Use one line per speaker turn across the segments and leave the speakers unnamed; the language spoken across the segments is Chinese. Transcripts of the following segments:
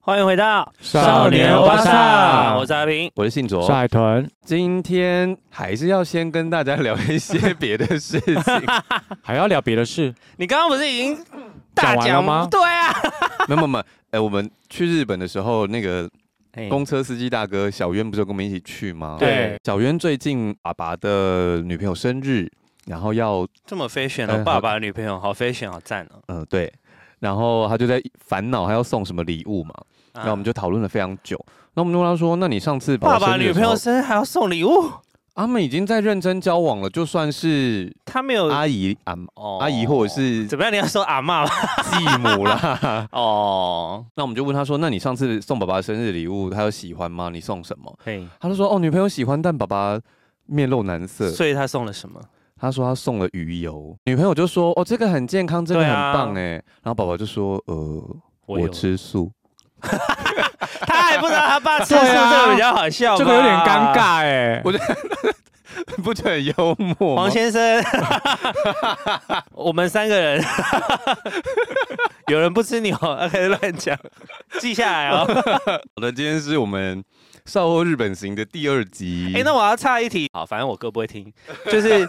欢迎回到
少年欧巴桑
我是阿平。
我是信卓，
帅屯
今天还是要先跟大家聊一些别的事 情，
还要聊别的事，
你刚刚不是已经
讲
大
完了吗
对啊，
没有没有没有，哎、我们去日本的时候，那个
哎
公车司机大哥小渊不是有跟我们一起去吗？
对
小渊最近爸爸的女朋友生日，然后要
这么 fashion
哎
哦，
好
爸爸的女朋友好 fashion，好赞哦。
嗯、对，然后他就在烦恼他要送什么礼物嘛，
那
然后我们就讨论了非常久。那我们就问他说：“那你上次
啊爸
爸
爸
生日
女
的时
朋
候
友生日还要送礼物，
他们已经在认真交往了，就算是
他没有
阿姨、阿
哦
啊阿姨或者是啊
怎么样？你要说阿妈吗？
继母啦。
哦，
那我们就问他说：“那你上次送爸爸生日礼物，他有喜欢吗？你送什么
嘿，？”
他就说：“哦，女朋友喜欢，但爸爸面露难色。
所以他送了什么？”
他说他送了鱼油，女朋友就说：“哦，这个很健康，这个
对
很
啊
棒哎。然后爸爸就说：“呃，我
有，
吃素。
他还不知道他爸吃素，
对啊
这个比较好笑吧，
这个有点尴尬哎、
我不觉得很幽默吗
黄先生， 我们三个人，有人不吃牛，开始乱讲，记下来哦。
好的，今天是我们少后日本行的第二集。
哎、那我要插一题，好，反正我哥不会听，就是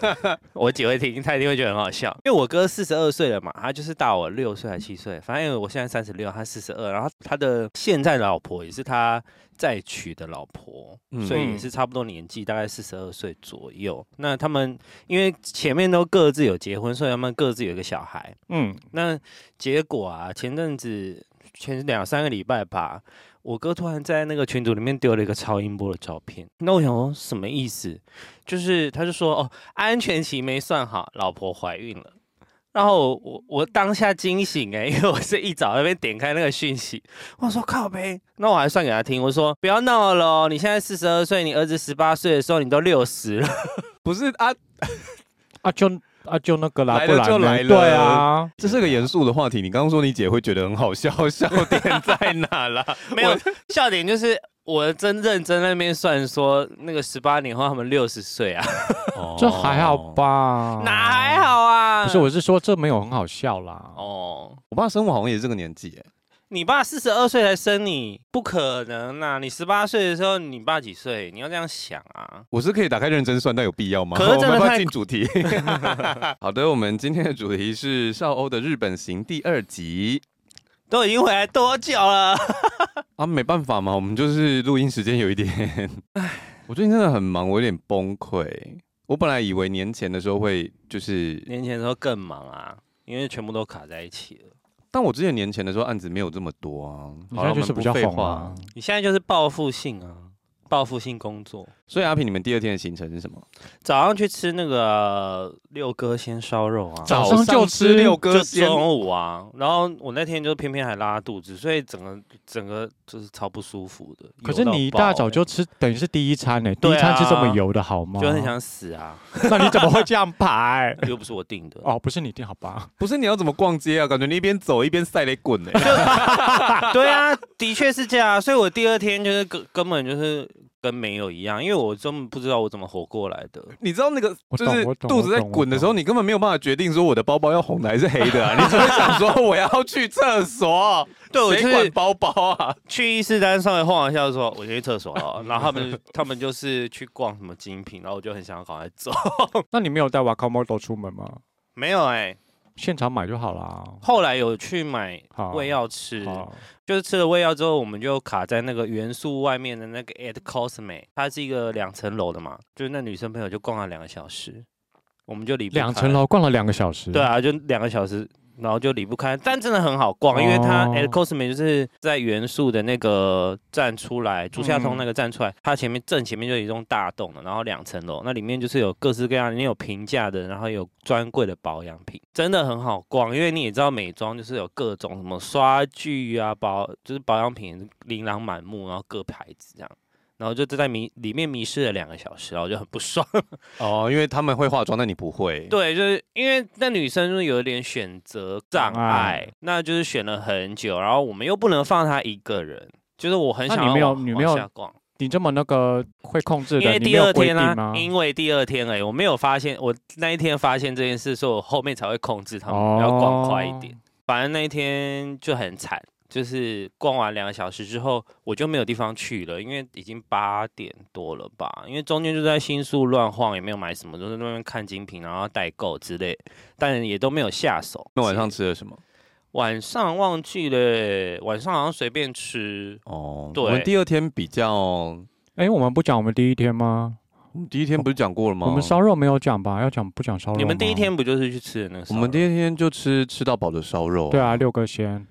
我姐会听，她一定会觉得很好笑，因为我哥四十二岁了嘛，他就是大我六岁还七岁，反正因为我现在三十六，他四十二，然后他的现在的老婆也是他再娶的老婆，
嗯
所以也是差不多年纪，大概四十二岁左右。那他们因为前面都各自有结婚，所以他们各自有一个小孩。
嗯，
那结果啊，前阵子前两三个礼拜吧，我哥突然在那个群组里面丢了一个超音波的照片。那我想说什么意思？就是他就说哦，安全期没算好，老婆怀孕了。然后我我我当下惊醒哎、 因为我是一早那边点开那个讯息，我说靠呗，那我还算给他听，我说不要闹了哦，你现在四十二岁，你儿子十八岁的时候你都六十了，
不是啊，
啊就啊就那个啦，
来
不
了
然
就
呢
来了
对
哦
啊，
这是个严肃的话题。你刚刚说你姐会觉得很好笑，笑点在哪 啦？
没有笑点就是我真认真在那边算说那个十八年后他们六十岁啊。
我
这还好？吧？
哪还？好啊？
哦不是，我是说这没有很好笑啦。
哦，
我爸生我好像也是这个年纪欸耶，
你爸四十二岁才生你，不可能啊！你十八岁的时候，你爸几岁？你要这样想啊。
我是可以打开认真算，但有必要吗？
可是
我
真
们要
的
不要
太
进主题。好的，我们今天的主题是少欧的日本行第二集。
都已经回来多久了？
啊，没办法嘛，我们就是录音时间有一点， 我最近真的很忙，我有点崩溃。我本来以为年前的时候会就是，
年前的时候更忙啊，因为全部都卡在一起了。
但我之前年前的时候案子没有这么多啊。
你
好了我
现在就
们
是
不
比较
废
红
话
啊。，
你现在就是报复性啊，报复性工作。
所以阿平，你们第二天的行程是什么？
早上去吃那个六哥鲜烧肉啊，
早上就吃
六
就
哥鲜，
中午啊。然后我那天就偏偏还拉肚子，所以整个整个就是超不舒服的。
可是
油到
你一大
爆
早就吃，等于是第一餐呢、欸第
对
一
啊
餐吃这么油的好吗？
就很想死啊，
那你怎么会这样排？
又不是我定 的。
哦，不是你定好吧？
不是你要怎么逛街啊？感觉你一边走一边晒雷滚呢。
对啊，的确是这样啊，所以我第二天就是根根本就是跟没有一样，因为我根本不知道我怎么活过来的。
你知道那个
我
就
懂
是
我懂
肚子在
我懂
滚的时候，
我
你根本没有办法决定说我的包包要红的还是黑的 啊！你只会想说我要去厕所，
对，我
谁管
是
包包啊？
去伊势丹稍微晃一下，说我先去厕所了， 然后他们他们就是去逛什么精品，然后我就很想赶快走。
那你没有带 Wakamoto 出门吗？
没有哎、
现场买就好啦。
后来有去买
好，
胃药吃，
好，
就是吃了胃药之后，我们就卡在那个元素外面的那个 At Cosme，它是一个两层楼的嘛，就是那女生朋友就逛了两个小时，我们就离不
两
开
层楼逛了两个小时。
对啊，就两个小时，然后就离不开，但真的很好逛，因为它
哦
El Cosme 就是在元素的那个站出来，竹下通那个站
嗯
出来，它前面正前面就有一栋大栋的，然后两层楼，那里面就是有各式各样，你有平价的，然后有专柜的保养品，真的很好逛，因为你也知道美妆就是有各种什么刷具啊，保就是保养品琳琅满目，然后各牌子这样。然后就在迷里面迷失了两个小时，然后我就很不爽。
哦，因为他们会化妆，但你不会。
对，就是因为那女生就是有点选择障
障
碍
碍，
那就是选了很久，然后我们又不能放她一个人，就是我很
那
想
你
要
没有
往
你没
往
有
下逛，
你这么那个会控制
因
的，你
为
没
第
有
二
规定
天
吗
啊，？因为第二天啊而已，我没有发现，我那一天发现这
哦
件事，所以我后面才会控制他们、要逛快一点。。反正那一天就很惨，就是逛完两个小时之后，我就没有地方去了，因为已经八点多了吧。因为中间就在新宿乱晃，也没有买什么，都在那边看精品，然后代购之类，但也都没有下手。
那晚上吃了什么？
晚上忘记了，欸晚上好像随便吃，
哦，
对
我们第二天比较，
哎，我们不讲我们第一天吗？
我们第一天不是讲过了吗？
我们烧肉没有讲吧？要讲不讲烧肉吗？
你们第一天不就是去吃的那个烧
哦我
肉？
们第一天就吃吃到饱的烧肉、
对啊，，六个鲜，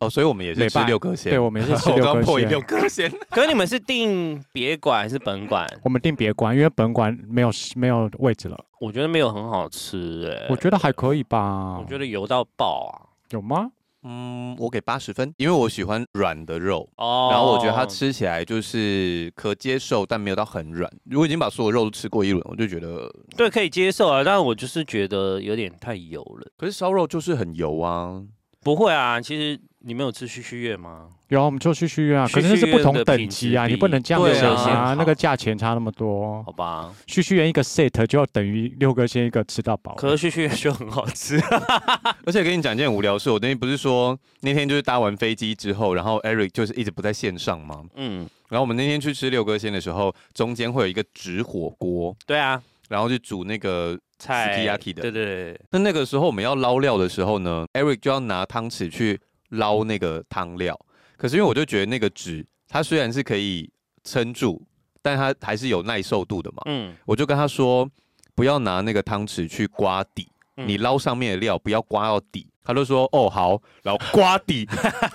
哦，所以我们也是
美
吃
拜
六颗鲜。
对我们也是 吃
我
六
刚
个
破一六
鲜。
颗鲜。
可是你们是订别馆还是本馆？
我们订别馆，因为本馆没有没有位置了。
我觉得没有很好吃、欸，
我觉得还可以吧。
我觉得油到爆啊！
有吗？
嗯，我给八十分，因为我喜欢软的肉，
哦，
然后我觉得它吃起来就是可接受，但没有到很软。如果已经把所有肉都吃过一轮，我就觉得，
对可以接受啊，但我就是觉得有点太油了。
可是烧肉就是很油啊。
不会啊，其实你没有吃旭旭月吗？
有啊，我们就去续约啊，可是那是
旭旭
不
苑
同
的
等
品
级
质
啊，你
比
不能这样
对
想
啊
啊，那
好
个价钱差那么多
好。吧，
旭旭园一个 set 就要等于六个先一个吃到饱，
可是旭旭月就很好 吃。
而且跟你讲一件很无聊的事，我那天不是说那天就是搭完飞机之后，然后 Eric 就是一直不在线上吗？
嗯，
然后我们那天去吃六哥鲜的时候，中间会有一个直火锅，
对啊，
然后去煮那个
菜
Sukiyaki 的
对对对，
那那个时候我们要捞料的时候呢，Eric 就要拿汤匙去捞那个汤料。可是因为我就觉得那个纸，它虽然是可以撑住，但它还是有耐受度的嘛。
嗯，
我就跟他说，不要拿那个汤匙去刮底，
嗯
你捞上面的料不要刮到底。他就说，哦好，然后刮底。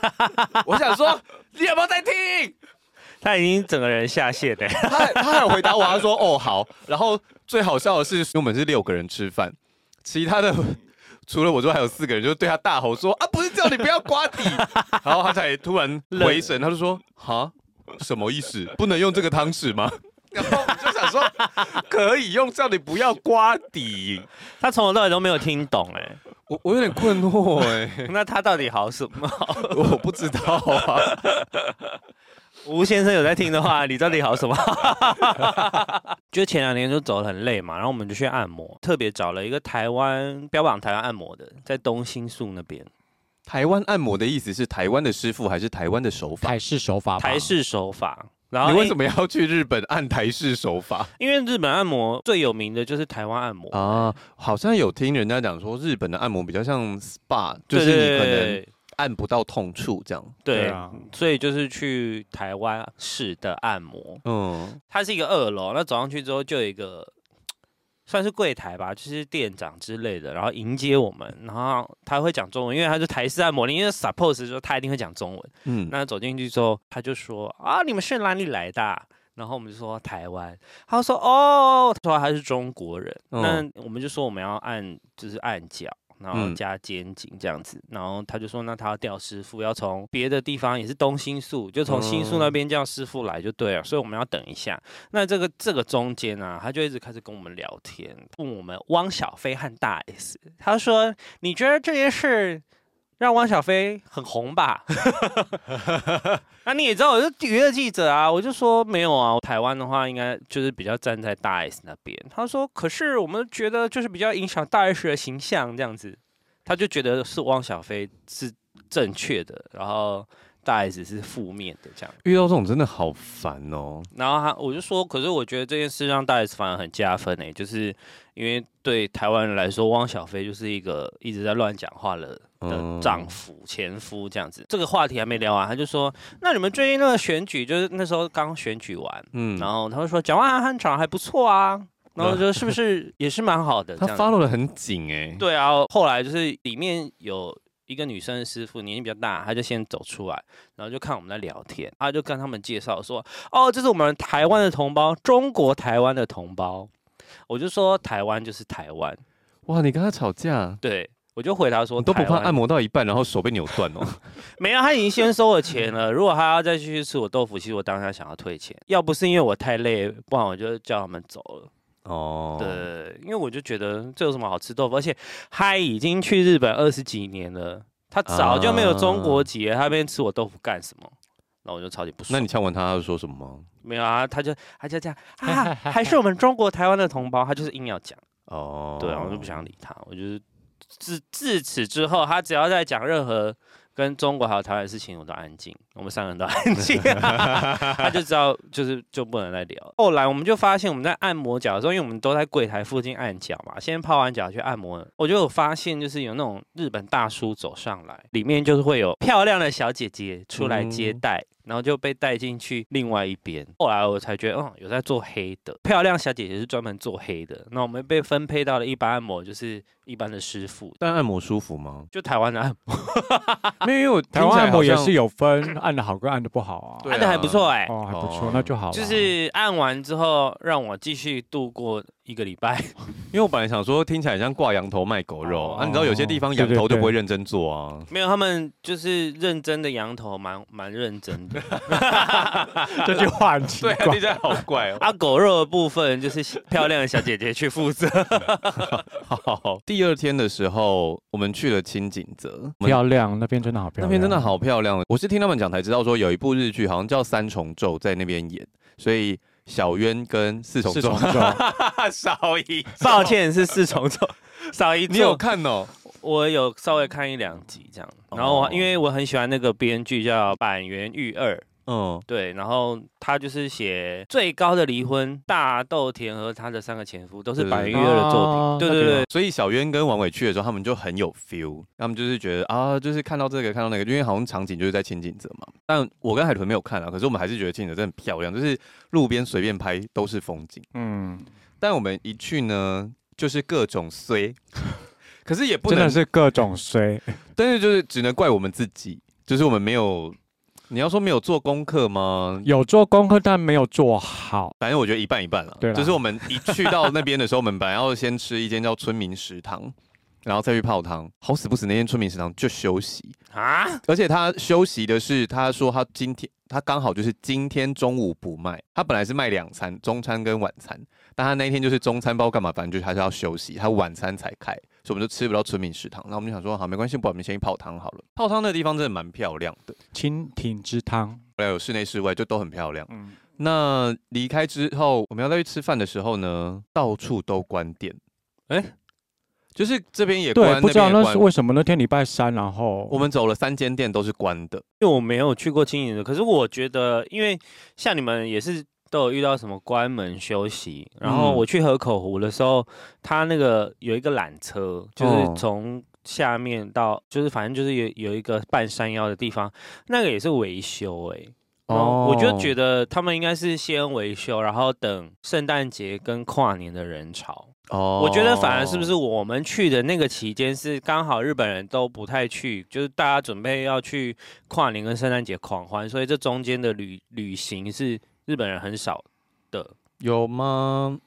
我想说，你有没有在听？
他已经整个人下线了。
他还他还有回答我，他说哦好。然后最好笑的是，因为我们是六个人吃饭，其他的除了我之外还有四个人，就对他大吼说啊不是叫你不要刮底，然后他才突然回神，他就说哈什么意思？不能用这个汤匙吗？然后我就想说，可以用，叫你不要刮底。
他从头到尾都没有听懂哎、
我我有点困惑哎、
那他到底好什么？
我不知道啊。
吴先生有在听的话，你到底好什么？ 就前两年就走得很累嘛，然后我们就去按摩，特别找了一个台湾标榜台湾按摩的，在东新宿那边
台湾按摩的意思是台湾的师傅还是台湾的手法？
台式手法吧，
台式手法。然后
你为什么
么？
要去日本按台式手法？
因为日本按摩最有名的就是台湾按摩，
啊，好像有听人家讲说，日本的按摩比较像 SPA，就
对
是你可
对
能按不到痛处这样。
对
对啊，
所以就是去台湾式的按摩，
嗯，
它是一个二楼，那走上去之后就有一个算是柜台吧，就是店长之类的，然后迎接我们，然后他会讲中文，因为他是台式按摩，因为 suppose 说他一定会讲中文。
嗯，
那走进去之后，他就说啊，你们是哪里来的啊、然后我们就说台湾，他说哦，他说他是中国人，
嗯
那我们就说我们要按就是按脚。然后
嗯
加肩颈这样子，然后他就说，那他要调师傅，要从别的地方，也是东新宿，就从新宿那
嗯
边叫师傅来就对了，所以我们要等一下。那这个这个中间啊，他就一直开始跟我们聊天，问我们汪小菲和大 S，他说你觉得这件事让汪小菲很红吧？ 那你也知道，我是娱乐记者啊，我就说没有啊。台湾的话，应该就是比较站在大 S 那边。他说，可是我们觉得就是比较影响大 S 的形象这样子，他就觉得是汪小菲是正确的，然后大 S 是负面的这样。
遇到这种真的好烦哦。
然后他我就说，可是我觉得这件事让大 S 反而很加分诶、就是因为对台湾人来说，汪小菲就是一个一直在乱讲话的的
嗯
丈夫、前夫这样子。这个话题还没聊完，他就说：“那你们最近那个选举，就是那时候刚选举完，
嗯，
然后他就说蒋万安长得还不错啊，然后我就说是不是也是蛮好的？”这
他
样子
follow 的很紧哎。
对啊，后来就是里面有一个女生的师傅，年纪比较大，她就先走出来，然后就看我们在聊天，她就跟他们介绍说：“哦，这是我们台湾的同胞，中国台湾的同胞。”我就说台湾就是台湾，
哇，你跟他吵架，
对我就回答说
我都不
台
怕
湾
按摩到一半然后手被扭断 哦。
没有，他已经先收了钱了。如果他要再继续吃我豆腐，其实我当下想要退钱。要不是因为我太累，不然我就叫他们走了。
哦，
对，因为我就觉得这有什么好吃豆腐，而且他已经去日本二十几年了，他早就没有中国籍了，他那边吃我豆腐干什么？那我就超级不
啊那
爽
你。呛完他，他说什么吗？
没有啊，他就他就这样啊，还是我们中国台湾的同胞，他就是硬要讲。啊
哦，
对啊，我就不想理他，我就是自自此之后，他只要在讲任何跟中国还有台湾的事情我都安静，我们三个人 都安静， 他就知道就是就不能再聊。后来我们就发现我们在按摩脚的时候，因为我们都在柜台附近按脚嘛，先泡完脚去按摩，我就有发现就是有那种日本大叔走上来，里面就是会有漂亮的小姐姐出来接
嗯
待。然后就被带进去另外一边，后来我才觉得，嗯，有在做黑的，漂亮小姐姐是专门做黑的。那我们被分配到了一般按摩，就是一般的师傅，
但按摩舒服吗？
就台湾的按摩。啊
没有，因为我
台湾按摩也是
有，
有分按的好跟按的不好啊。
对
按的还不错哎、
哦，还不
哦
错，那就好啦。
就是按完之后让我继续度过一个礼拜。
因为我本来想说听起来很像挂羊头卖狗肉、
哦
啊，你知道有些地方
对
羊
对
头就
对
不会认真做啊，
没有，他们就是认真的羊头，蛮蛮认真的。
这句话很奇
对
怪。
啊，听起来好怪哦。
啊，狗肉的部分就是漂亮的小姐姐去负责。
好，第二天的时候，我们去了清景泽，我们
漂亮，那边真的好漂亮，
那边真的好漂亮。我是听他们讲才知道，说有一部日剧好像叫《三重奏》在那边演，所以小渊跟四重
是
奏
重奏。
少一，
抱歉，是四重奏，少一
你有
座。
看哦？
我有稍微看一两集这样，然后我
哦
因为我很喜欢那个编剧叫板垣裕二，
嗯，
对，然后他就是写《最高的离婚》、《大豆田》和他的三个前夫都是
对
板垣裕二的作品。
啊
对对对，
所以小渊跟王伟去的时候，他们就很有 feel，他们就是觉得啊，就是看到这个看到那个，因为好像场景就是在清景泽嘛。但我跟海豚没有看啊，可是我们还是觉得清景泽真的很漂亮，就是路边随便拍都是风景。
嗯，
但我们一去呢，就是各种 衰，可是也不
真
能嗯
的，是各种衰，
但是就是只能怪我们自己，就是我们没有，你要说没有做功课吗？
有做功课但没有做好。
反正我觉得一半一半了。
对啦
就是我们一去到那边的时候，我们本来要先吃一间叫村民食堂，然后再去泡汤。好死不死，那间村民食堂就休息，
啊，
而且他休息的是，他说他今天他刚好就是今天中午不卖，他本来是卖两餐，中餐跟晚餐，但他那一天就是中餐包干嘛，反正就是他是要休息，他晚餐才开，所以我们就吃不到村民食堂。然后我们就想说，好，没关系，不然我们先去泡汤好了。泡汤那地方真的蛮漂亮的，
蜻蜓之汤，
后来有室内室外，就都很漂亮。
嗯，
那离开之后，我们要再去吃饭的时候呢，到处都关店。
哎
就是这边也
对，
关，
不知
边
道
也
那是
关
为什么那天礼拜三，然后
我们走了三间店都是关的。
因为我没有去过青年的，可是我觉得，因为像你们也是都有遇到什么关门休息，然后
嗯
我去河口湖的时候，它那个有一个缆车，就是
哦
从下面到，就是反正就是有有一个半山腰的地方，那个也是维修哎、哦，我就觉
得
得他们应该是先维修，然后等圣诞节跟跨年的人潮。
哦
我觉得反而是不是我们去的那个期间是刚好日本人都不太去，就是大家准备要去跨年跟圣诞节狂欢，所以这中间的旅旅行是日本人很少的。
有吗？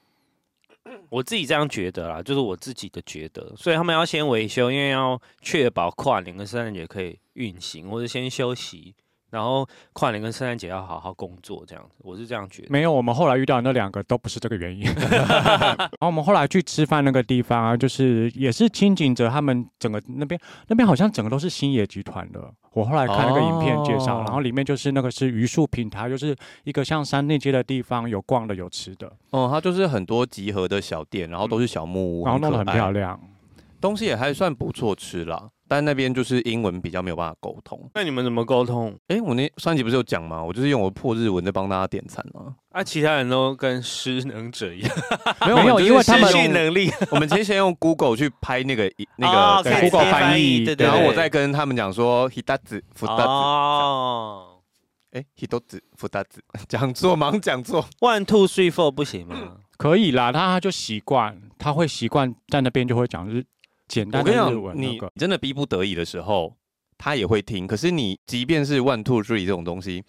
我自己这样觉得啦，就是我自己的觉得，所以他们要先维修，因为要确保跨年跟圣诞节可以运行，或者先休息，然后跨年跟圣诞节要好好工作，这样子，我是这样觉得。
没有，我们后来遇到的那两个都不是这个原因。 然后我们后来去吃饭那个地方啊，就是也是清景泽他们整个那边那边好像整个都是星野集团的。我后来看那个影片介绍，
哦
然后里面就是那个是榆树平台，就是一个像山内街的地方，有逛的有吃的，
哦，它就是很多集合的小店，然后都是小木屋，
然后弄得很
可爱
漂，亮。
东西也还算不错吃啦。但那边就是英文比较没有办法沟通。
那你们怎么沟通？
哎，我那上一集不是有讲吗？我就是用我破日文在帮大家点餐啊。
啊，其他人都跟失能者一样，
没
没有
我就是
因为他
失
们
先
去
用
能力
我们其实先用 Google 去拍那 个一那个
哦
对
可以
Google
直接
翻译
对对
然后
对
我再跟他们讲说 “hidatsu f u d a
哦，
哎 “hidatsu f u d a 讲座忙讲座，
one two three four 不行吗？
可以啦，他就习惯，他会习惯在那边就会讲日简
我
单
跟
的
你
日
讲，
文那
你
个。
真的逼不得已的时候，他也会听。可是你即便是 one two three 这种东西，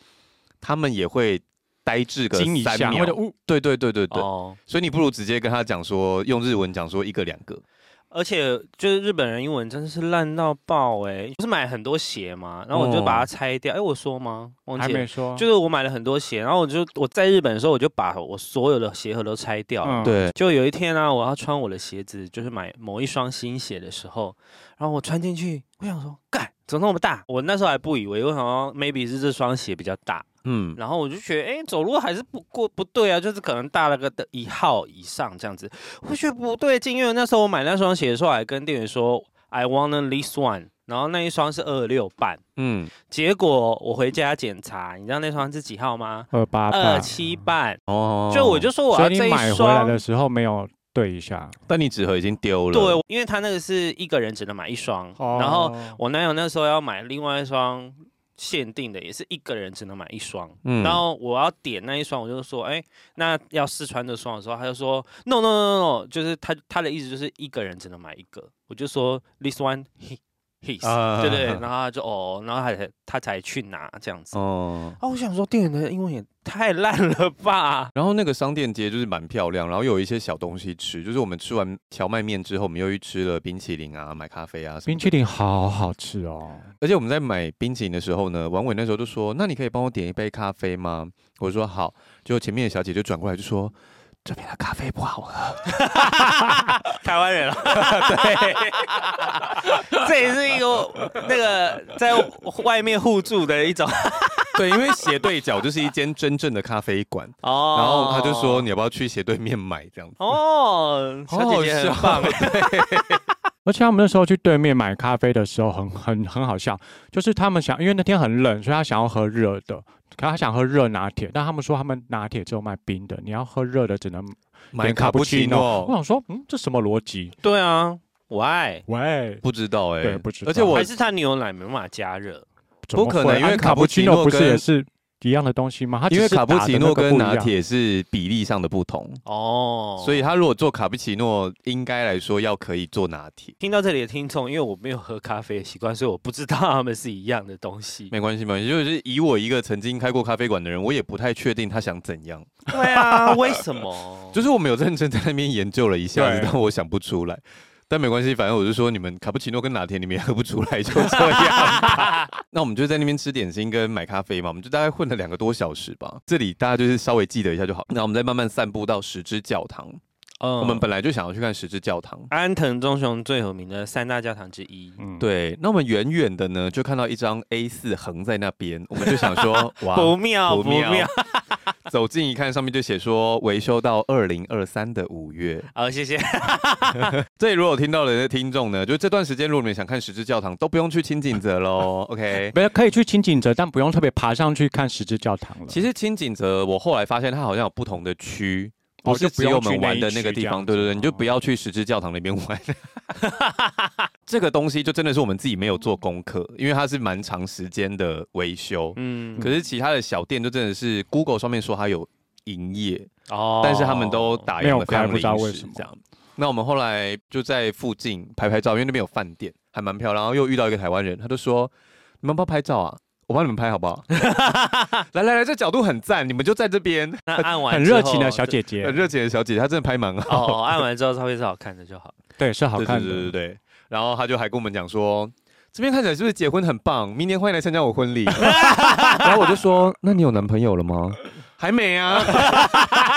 他们也会呆滞个
惊一
三
下，或
秒
者。呜，
对对对对对，
哦，
所以你不如直接跟他讲说，用日文讲说一个两个。
而且就是日本人英文真的是烂到爆哎、不是买很多鞋嘛，然后我就把它拆掉。哎、我说吗？忘
还
记
没
了。
说，
就是我买了很多鞋，然后我就我在日本的时候，我就把我所有的鞋盒都拆掉了。
嗯，
对，
就有一天呢、我要穿我的鞋子，就是买某一双新鞋的时候，然后我穿进去，我想说，干，怎么那么大？我那时候还不以为，我想说 maybe 是这双鞋比较大，
嗯，
然后我就觉得，哎、走路还是不过不对啊，就是可能大了个的一号以上这样子，我觉得不对劲，因为那时候我买那双鞋的时候，还跟店员说，I wanna this one。然后那一双是二六半，
嗯，
结果我回家检查，你知道那双是几号吗？
二八
二
呃
半，
七半。
哦
就我就说我
所
要
以
啊这
你
一
买回来
双，
的时候没有对一下，
但你纸盒已经丢了，
对，因为他那个是一个人只能买一双，
哦
然后
哦
我男友那时候要买另外一双限定的，也是一个人只能买一双。
嗯
然后我要点那一双，我就说，哎、那要试穿这双的时候，他就说，no no no no，no，就是他他的意思就是一个人只能买一个。我就说，this one he his，、
啊
对对。然后他就哦，然后他才他才去拿这样子。
哦。
啊，我想说店员的英文也太烂了 吧？
然后那个商店街就是蛮漂亮，然后有一些小东西吃，就是我们吃完荞麦面之后，我们又去吃了冰淇淋啊，买咖啡啊什么的。
冰淇淋好好吃哦，
而且我们在买冰淇淋的时候呢，王伟那时候就说：“那你可以帮我点一杯咖啡吗？”我说：“好。”结果前面的小姐就转过来就说：“这边的咖啡不好喝。
台湾人啊，对，这也是一个那个在外面互助的一种”
对，因为斜对角就是一间真正的咖啡馆，
哦。
然后他就说：“你要不要去斜对面买？”这样子。
哦，小姐姐很棒，
而且他们那时候去对面买咖啡的时候很，很很好笑，就是他们想，因为那天很冷，所以他想要喝热的，可他想喝热拿铁，但他们说他们拿铁只有卖冰的，你要喝热的只能
买
点
卡布奇
我
诺，
想说，嗯，这什么逻辑？
对啊，我爱。
喂，
不知道哎、
对不知道
而且我
还是它牛奶没办法加热
怎么
不可能
会
因为
安
卡
卡
布
布
奇
奇
诺
诺不是
跟
也是一样的东西吗？它
因为
只是
卡布
打的
奇
那
诺
个不
跟
一
拿
样，
铁是比例上的不同，
哦。
所以他如果做卡布奇诺，应该来说要可以做拿铁。
听到这里的听众，因为我没有喝咖啡的习惯，所以我不知道他们是一样的东西。
没关系，没关系，就是以我一个曾经开过咖啡馆的人，我也不太确定他想怎样。
对啊，为什 么？
就是我们有认真在那边研究了一下子，
对
但我想不出来。但没关系，反正我就说你们卡布奇诺跟拿铁你们也喝不出来，就这样吧。 那我们就在那边吃点心跟买咖啡嘛，我们就大概混了两个多小时吧。这里大家就是稍微记得一下就好。那我们再慢慢散步到十之教堂。
嗯
我们本来就想要去看十之教堂。
安藤忠雄最有名的三大教堂之一。
嗯，
对，那我们远远的呢，就看到一张 A 4横在那边，我们就想 说，哇，
不妙，不
不妙
妙！
走近一看，上面就写说维修到二零二三的五月。
好，谢谢。
这里如果有听到的听众呢，就这段时间如果你们想看十字教堂，都不用去清景泽 喽。OK。
没有可以去清景泽，但不用特别爬上去看十字教堂了。
其
实
实清景泽，我后来发现它好像有不同的区，
哦
不是只有我们玩的那个地方。对对对，你就不要去十字教堂那边 玩。这个东西就真的是我们自己没有做功课，因为它是蛮长时间的维修。
嗯
可是其他的小店就真的是 Google 上面说它有营业，
哦
但是他们都打烊
没
了，
有
非常
开不知道
临
为
时
什么
这样。那我们后来就在附近拍拍照，因为那边有饭店，还蛮漂亮。然后又遇到一个台湾人，他就说：“你们帮拍照啊，我帮你们拍好不 好？”来来来，这角度很赞，你们就在这边。
那按完
很
之
热情
后
的小姐
很
姐，
热情的小姐姐，她真的拍蛮好。
哦，按完之后照片是好看的就好。
对，是 好
对
看
对对对
的。
对。然后她就还跟我们讲说。这边看起来是不是结婚很棒？明年欢迎来参加我婚礼。 然后我就说：“那你有男朋友了吗？” 还没啊。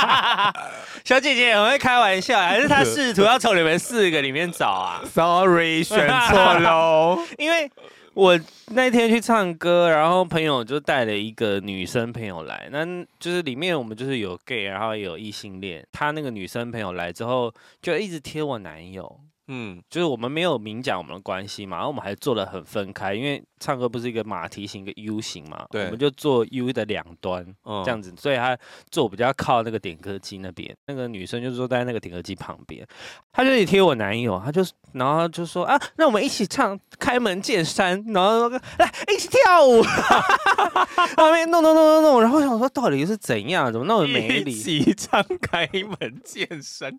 小姐姐很会开玩笑，还是 她试图要从你们四个里面找啊？
Sorry，选错哦喽。
因为我那天去唱歌，然后朋友就带了一个女生朋友来，那就是里面我们就是有 gay，然后也有异性恋。她那个女生朋友来之后，就一直贴我男友。
嗯，
就是我们没有明讲我们的关系嘛，然后我们还做了很分开，因为唱歌不是一个马蹄形一个 U 型嘛，
对
我们就做 U 的两端，
这
这样子，所以他坐比较靠那个点歌机那边，那个女生就坐在那个点歌机旁边，她就一直贴我男友，她就然后她就说啊，那我们一起唱《开门见山》，然后说来一起跳舞， 那边弄弄弄弄弄，然后我想说到底是怎样，怎么那么没
一
理？
起张开门健身，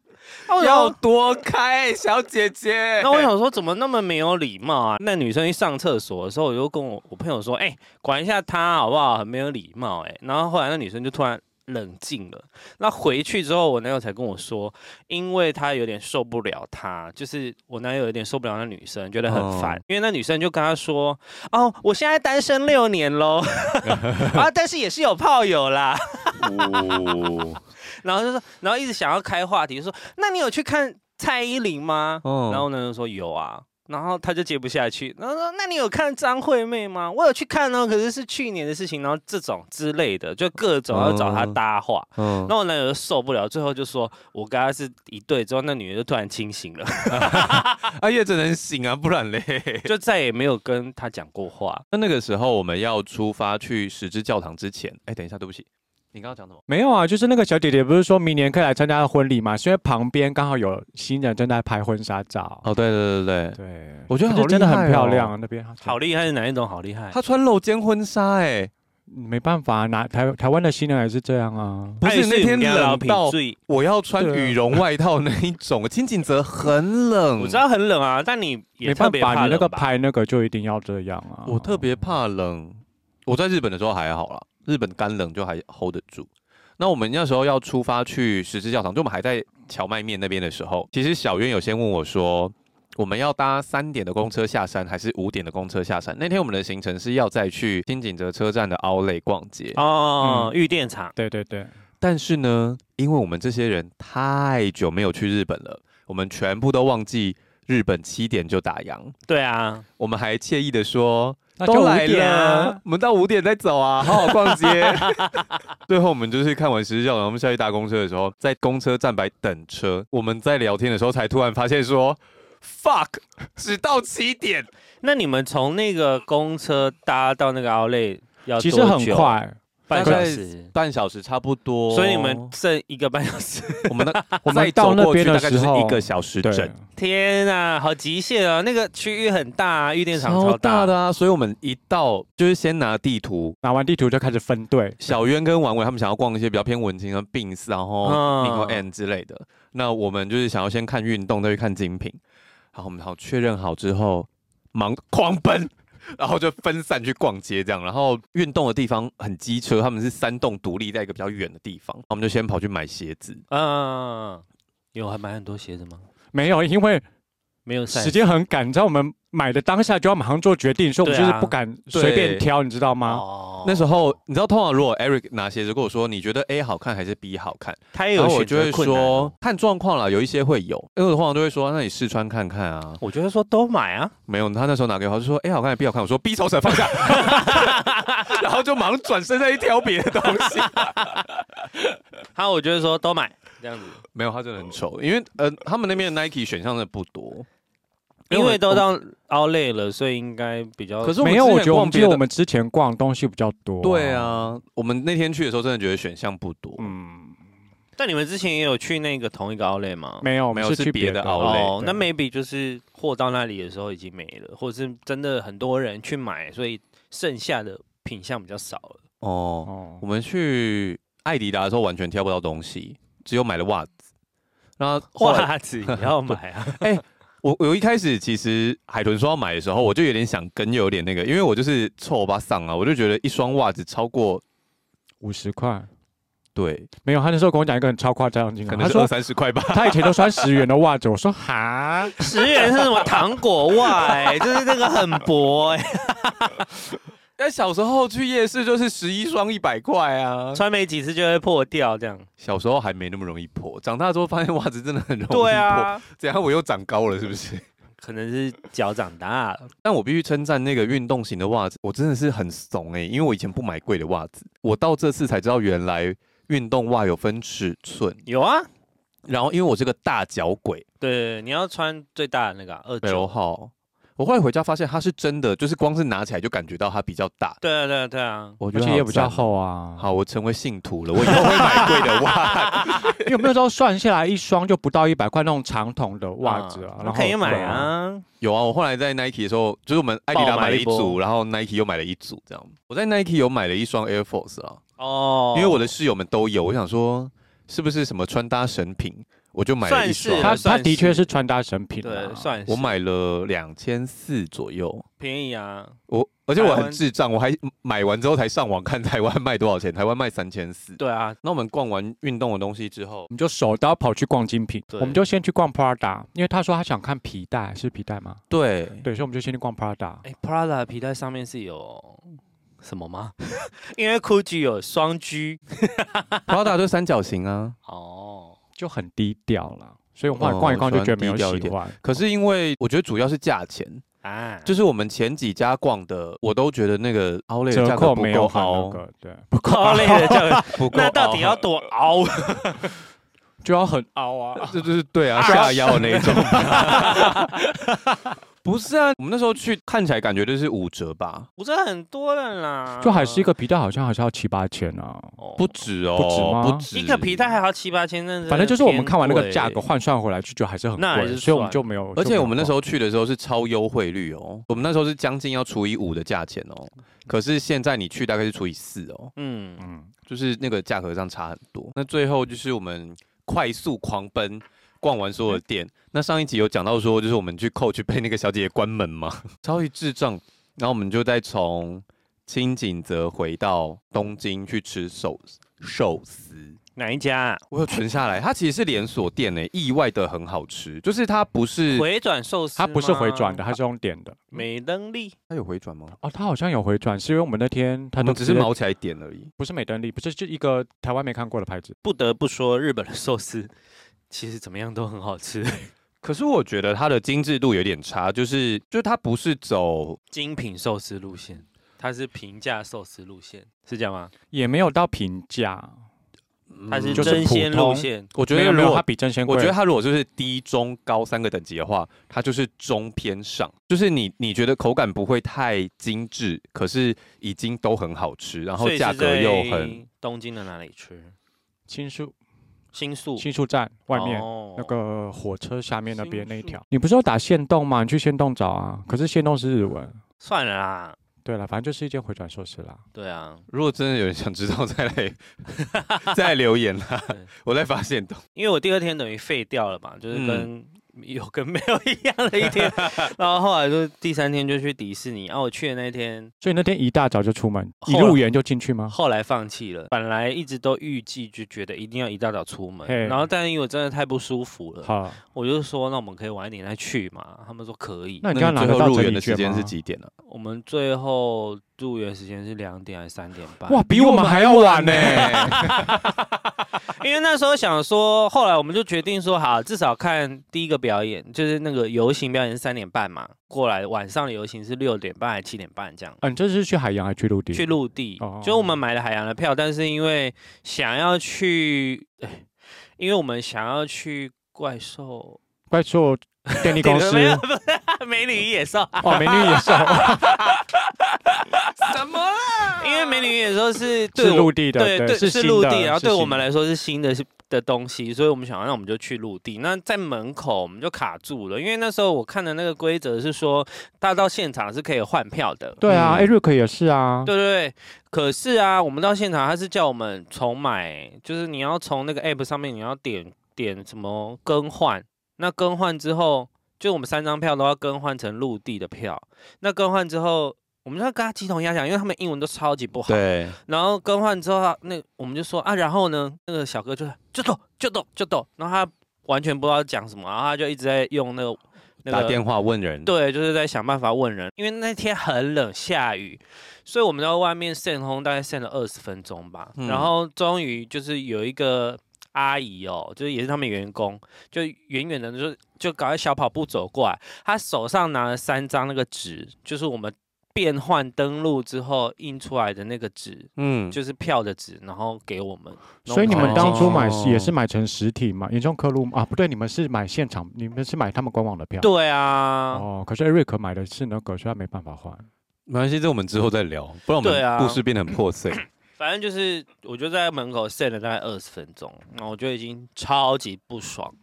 哦然后我想
要
说
多开，小姐姐。
那我想说怎么那么没有礼貌啊？那女生一上厕所的时候，我就跟我我朋友说，哎、管一下她好不好？很没有礼貌哎、然后后来那女生就突然冷静了。那回去之后，我男友才跟我说，因为他有点受不了她，就是我男友有点受不了那女生，觉得很烦。
哦
因为那女生就跟他说，哦，我现在单身六年喽，啊，但是也是有炮友啦。
哦
然后就说，然后一直想要开话题，就说那你有去看蔡依林吗？
哦
嗯
然后呢就说有啊。然后他就接不下去，然后说：“那你有看张惠妹吗？我有去看哦，可是是去年的事情。”然后这种之类的，就各种要找他搭话。
嗯
那我男友就受不了，最后就说：“我跟他是一对。”之后那女的就突然清醒 了，
啊，叶只能醒啊，不然嘞。
就再也没有跟他讲过话。
那那个时候我们要出发去十字教堂之前，哎，等一下，对不起，你刚刚讲什么？
没有啊，就是那个小姐姐不是说明年可以来参加婚礼嘛？是因为旁边刚好有新人正在拍婚纱照。
哦，对对对对，
对，
我觉得
就
好
真的
厉害
很漂
哦
亮啊，那边
好厉害是哪一种？好厉害！
他穿露肩婚纱，哎，
没办法，啊拿台台湾的新人还是这样啊。
不是那天冷到
所以
我要穿
对啊
羽绒外套那一种，金井泽很冷，
我知道很冷啊，但你
嗯
也
没
特
办
别怕
法，你那
冷
个
吧
拍那个就一定要这样啊。
我特别怕冷，我在日本的时候还好啦，日本干冷就还 hold 得住。那我们那时候要出发去十字教堂，就我们还在荞麦面那边的时候，其实小渊有先问我说，我们要搭三点的公车下山还是五点的公车下山？那天我们的行程是要再去新井泽车站的 Outlet 逛街，
嗯
哦，玉电厂
对对对，
但是呢，因为我们这些人太久没有去日本了，我们全部都忘记日本七点就打烊，
对啊，
我们还惬意的说，
那就
都来
5点啊
了，我们到五点再走啊，好好逛 街。最后我们就是看完十字教堂，我们下去搭公车的时候，在公车站牌等车，我们在聊天的时候才突然发现说，fuck，只到七点，
那你们从那个公车搭到那个奥莱要
其实
多
很
久，
快，
半
大
小
概
时。
半小时差不多。
所以你们剩一个半小时，
我们的
我们
再
到
走
那
过去
边的
大概
时
就是
候
一个小时整
对。，
天啊，好极限啊！那个区域很大、啊，玉电厂
超
大
大的啊！所以我们一到就是先拿地图，
拿完地图就开始分队。
小渊跟王伟他们想要逛一些比较偏文青的 Bins，然后
嗯
Nico N 之类的。那我们就是想要先看运动，再去看精品。好，我们好确认好之后，忙狂奔，然后就分散去逛街这样。然后运动的地方很机车，他们是三栋独立在一个比较远的地方，我们就先跑去买鞋子。
嗯，有还买很多鞋子吗？
没有，因为
没有晒
时间很赶，你知道我们买的当下就要马上做决定，所以我们
对
就
啊
是不敢随便挑，你知道吗？
哦
那时候你知道，通常如果 Eric 拿鞋子跟我说，你觉得 A 好看还是 B 好看？
他也
然
有
后我
选
就
择
会
困难哦
说，看状况啦，有一些会有，因为我通常都会说，那你试穿看看啊。
我觉得说都买啊，
没有，他那时候拿给我，他就说：“哎、好看还是 B 好看？”我说：“B 丑丑放 下。”然后就忙转身再去挑别的东 西。
他我觉得说都买这样子，
没有，他真的很丑，因为呃，他们那边的 Nike 选项真的不多，
因为都
我们。
到奥莱了，所以应该比较。
可是我们
呃没有，我
之
觉
前逛别
得我们记得我
的，
们之前逛东西比较多、
对，啊，我们那天去的时候真的觉得选项不多。
嗯，
但你们之前也有去那个同一个 Outlet 吗？
没有，我们
没有是
去
别的
别的
outlet
哦，
对
那 maybe 就是货到那里的时候已经没了，或者是真的很多人去买，所以剩下的品相比较少了。
哦，
哦
我，们去艾迪达的时候完全挑不到东西，只有买了袜子。然后后来
袜子也要买啊，
我我一开始其实海豚说要买的时候，我就有点想跟，又有点那个，因为我就是臭巴桑啊，我就觉得一双袜子超过
五十块。
对，
没有，他那时候跟我讲一个很超夸张的金额，
可
他
能是二
说
三十块 吧。
他以前都穿十元的袜子，我 说哈，
十元是什么糖果袜、 哎，就是那个很薄哎、
但小时候去夜市就是十一双一百块啊，
穿没几次就会破掉这样。
小时候还没那么容易破，长大之后发现袜子真的很容易破。
对，啊，
怎样我又长高了是不是？
可能是脚长大了。
但我必须称赞那个运动型的袜子，我真的是很怂哎、因为我以前不买贵的袜子，我到这次才知道原来运动袜有分尺寸，
有啊，
然后因为我是个大脚鬼，对
对，你要穿最大的那个啊二
北
九
欧。号，我后来回家发现它是真的，就是光是拿起来就感觉到它比较大，
对啊，对啊，对啊，
我觉
而
得
且也
好
比较
赞。
厚啊。
好，我成为信徒了，我以后会买贵的袜。
因为我们那时候算下来一双就不到一百块那种长筒的袜子啊，
嗯
然后
可以买。啊。
有啊，我后来在 Nike 的时候，就是我们艾迪达
爆买
买了
一
一
波
组，然后 Nike 又买了一组，这样。我在 Nike 有买了一双 Air Force 啊，
哦，
因为我的室友们都有，我想说是不是什么穿搭神品，我就买了一
算是啊
他
双，
他
算
的确
是
是穿搭神品、啊，
对算是
我买了两千四左右。
便宜啊，
我而且我
台
很
湾
智障，我还买完之后才上网看台湾卖多少钱，台湾卖三千四。
对啊，
那我们逛完运动的东西之后
我，们就手刀跑去逛精品，
对
我们就先去逛 Prada，因为他说他想看皮带，是皮带吗？
对，
对，所以我们就先去逛 Prada。
哎，Prada 的皮带上面是有什么吗？ 因为 Gucci 有双 G
Prada 就三角形啊，
哦，
就很低调了，所以我后来逛一逛就觉得没有
哦我喜欢低
喜
调
欢。
可是因为我觉得主要是价钱，
啊，
就是我们前几家逛的，我都觉得那个 Outlet 的
折
价格
扣
不
没
够
有很那
凹，
个，对，
高类的价格，
不够
那到 底要多 熬？
就要很凹啊。
这就是对啊，下腰的那一 种。不是啊，我们那时候去看起来感觉就是五折吧，
不是很多人啦，
啊
就还是一个皮带，好像还是要七八千啊。
哦
不止哦，
不止吗
不止
一个皮带还要七八千，那
反正就是我们看完那个
偏贵
价格换算回来，就觉得还是很
那还是
贵，所以我们
算
就没有。
而
就没
且
有
我们那时
逛
候去的时候是超优惠率哦，我们那时候是将近要除以五的价钱哦，可是现在你去大概是除以四哦，
嗯，
嗯，
就是那个价格上差很多。那最后就是我们快速狂奔。逛完所有的
嗯
店，那上一集有讲到说，就是我们去 Coach 被那个小姐姐关门嘛，超级智障。然后我们就再从清景泽回到东京去吃寿寿司，
哪一家啊？
我有存下来。它其实是连锁店诶、意外的很好吃，就是它不是
回转寿司？
它不是回转的，，它是用点的。
没能力。
它有回转吗？
哦，它好像有回转，是因为我们那天它
我
都
们只
直
是
接
毛起来点而已。
不是美登利，不是就一个台湾没看过的牌子。
不得不说，日本的寿司其实怎么样都很好吃，
可是我觉得它的精致度有点差，就是就是它不是走
精品寿司路线，它是平价寿司路线，是这样吗？
也没有到平价，
它是
嗯就是
真
普
鲜路
通
线，
嗯我觉
没
得
有没
如
有，它
果
比真鲜贵。
我觉得它如果就是低中高三个等级的话，它就是中偏上，就是你你觉得口感不会太精致，可是已经都很好吃，然后
所以
价
是
格又
在
很
东京的哪里吃？
青树
新宿
青树站外面、
哦
那个火车下面那边那一
新宿
条，你不是有打线洞吗？你去线洞找啊。可是线洞是日文。
算了啦，
对了，反正就是一间回转寿司啦。
对啊，
如果真的有人想知道，再来 再来留言啦
对，
我再发现的。
因为我第二天等于废掉了嘛，就是
嗯
跟 有跟没有一样的一 天，然后后来就第三天就去迪士尼，然、啊后我去的那天
所以那天一大早就出门，
后
一
来
入园就进去吗？
后来放弃了，本来一直都预计就觉得一定要一大早出门
嘿，
然后但因为我真的太不舒服了，
好，
我就说那我们可以晚一点再去嘛，他们说可以，
那你
你
刚刚拿
最
得
后
到
入
整
园
理
的
券
时间
吗
是几点呢、啊
我们最后入园时间是两点还是三点半？
哇，比我们还要晚呢、
因为那时候想说，后来我们就决定说，好，至少看第一个表演，就是那个游行表演是三点半嘛，过来晚上的游行是六点半还是七点半这样。
嗯，这是去海洋还是去陆地？
去陆地
哦，
就我们买了海洋的票，但是因为想要去，哎因为我们想要去怪兽，
怪 兽电力公司
没有不是啊美女与野兽，
哦，美女野兽
什么啦
因为美女与野兽是 对
是
我
陆地的，
对
是
是
新
陆
的
地，然后
是
对我
新
们
的
来说是新的是的东西，所以我们想要，那我们就去陆地。那在门口我们就卡住了，因为那时候我看的那个规则是说，大家到现场是可以换票的。
对啊
嗯
，Eric 也是啊，
对对对，可是啊，我们到现场他是叫我们重买，就是你要从那个 app 上面你要点点什么更换，那更换之后，就我们三张票都要更换成陆地的票，那更换之后。我们就要跟他鸡同鸭讲，因为他们英文都超级不好。
对，
然后更换之后啊，那我们就说啊，然后呢，那个小哥就就抖就抖就抖，然后他完全不知道讲什么，然后他就一直在用那个 那
打
个
电话问人。
对，就是在想办法问人，因为那天很冷，下雨，所以我们在外面扇风，大概扇了二十分钟吧，
嗯
然后终于就是有一个阿姨哦，就是也是他们员工，就远远的就就搞快小跑步走过来，她手上拿了三张那个纸，就是我们变换登录之后印出来的那个纸，
嗯，
就是票的纸，然后给我们。然后
所以你
我
们
才
当初买
哦
也是买成实体嘛，严重刻录啊，不对，你们是买现场，你们是买他们官网的票。
对啊，
哦，可是 Eric 买的是那个，所以他没办法换。
没关系，这我们之后再聊，不然我
对啊
们故事变得很破碎。
反正就是我就在门口 s 了大概二十分钟，然后我就已经超级不爽。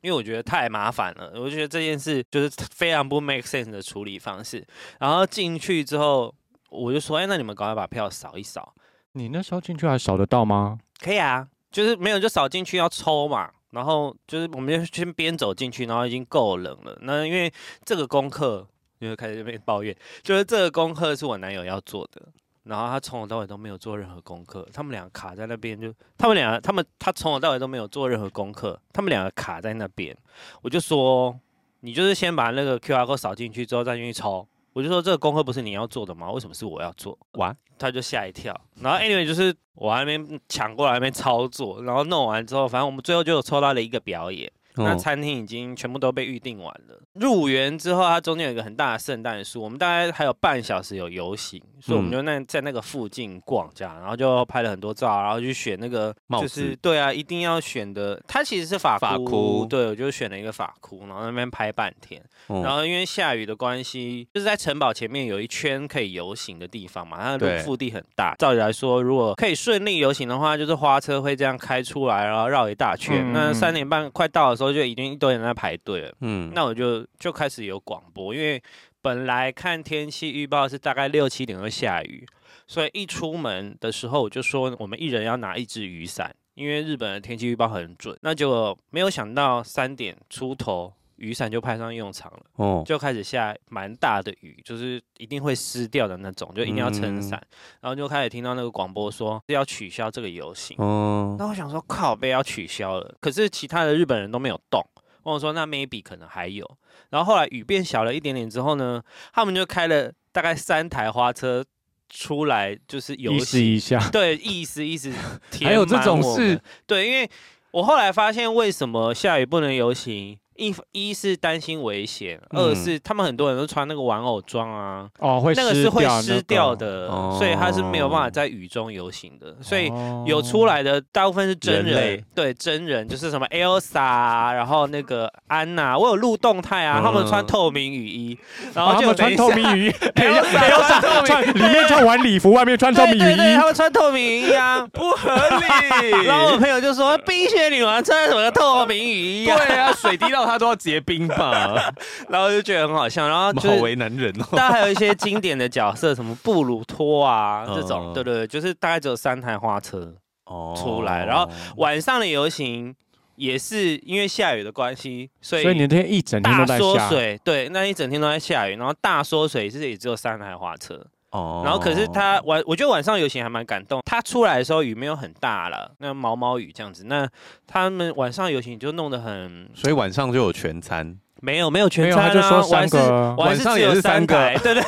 因为我觉得太麻烦了，我就觉得这件事就是非常不 make sense 的处理方式。然后进去之后，我就说：“哎，那你们赶快把票扫一扫，
你那时候进去还扫得到吗？
可以啊，就是没有就扫进去要抽嘛，然后就是我们就先边走进去，然后已经够冷了。那因为这个功课，就是开始这边抱怨，就是这个功课是我男友要做的，然后他从头到尾都没有做任何功课，他们俩卡在那边就，他们俩他们他从头到尾都没有做任何功课，他们两个卡在那边，我就说你就是先把那个 QR code 扫进去之后再进去抽。我就说这个功课不是你要做的吗？为什么是我要做？
哇，
他就吓一跳。然后 anyway 就是我还没抢过来，还没操作，然后弄完之后，反正我们最后就有抽到了一个表演， 那
嗯
餐厅已经全部都被预定完了。入园之后，它中间有一个很大的圣诞树，我们大概还有半小时有游行，所以我
嗯
们就那在那个附近逛这样，然后就拍了很多照，然后去选那个
帽
就
子
是对啊，一定要选的。它其实是法
法
箍
箍
对，我就选了一个法箍，然后在那边拍半天。
嗯
然后因为下雨的关系，就是在城堡前面有一圈可以游行的地方嘛，它的
对
路腹地很大。照理来说，如果可以顺利游行的话，就是花车会这样开出来，然后绕一大圈。
嗯
那
嗯
三点半快到的时候，就已经一堆人在排队了。
嗯
那我就就开始有广播，因为本来看天气预报是大概六七点会下雨，所以一出门的时候我就说我们一人要拿一支雨伞，因为日本的天气预报很准。那结果没有想到三点出头，雨伞就派上用场了。
哦，
就开始下蛮大的雨，就是一定会湿掉的那种，就一定要撑伞。然后就开始听到那个广播说要取消这个游行。
哦，
那我想说靠被要取消了，可是其他的日本人都没有动。我想说那 maybe 可能还有。然后后来雨变小了一点点之后呢，他们就开了大概三台花车出来，就是游
意思
行。
一下，
对，意思 意思填满我们。
还有这种事
对，因为我后来发现为什么下雨不能游行，一一是担心危险，二
嗯
是他们很多人都穿那个玩偶装啊，
哦，会
那个是会
掉
湿掉，的，
哦
所以他是没有办法在雨中游行的，所以。
哦
有出来的大部分是
人
真人，
类
对真人就是什么 Elsa，啊然后那个安娜，我有录动态啊，他们穿
嗯
透明雨衣，然
啊
后
他
就
们穿透明 雨衣，等一下，
Elsa
等一下
穿透明
穿里面穿晚礼服，外面穿透明
对
雨
对对，他
衣，
们穿透明衣啊，
不合理
然后我朋友就说：“冰雪女王穿什么透明雨 衣啊
对啊，水滴到他都要结冰吧，？”
然后就觉得很好笑。然后
好
啊就是
为难人哦。
大家还有一些经典的角色，什么布鲁托 啊
嗯
这种，对对对，就是大概只有三台花车。
哦
出来然后晚上的游行也是因为下雨的关系，所
所以你那
以
天一整天
大
都在
缩
下，
水，对，那一整天都在下雨，然后大缩水是也只有三台花车。
哦
然后可是他晚，我觉得晚上游行还蛮感动。他出来的时候雨没有很大了，那毛毛雨这样子。那他们晚上游行就弄得很
所以晚上就有全餐，
没有没有全
没有
餐、啊，
他就说
我还
三
是
个，
我还
晚
是
上
只
也
有
是三个
台 对对，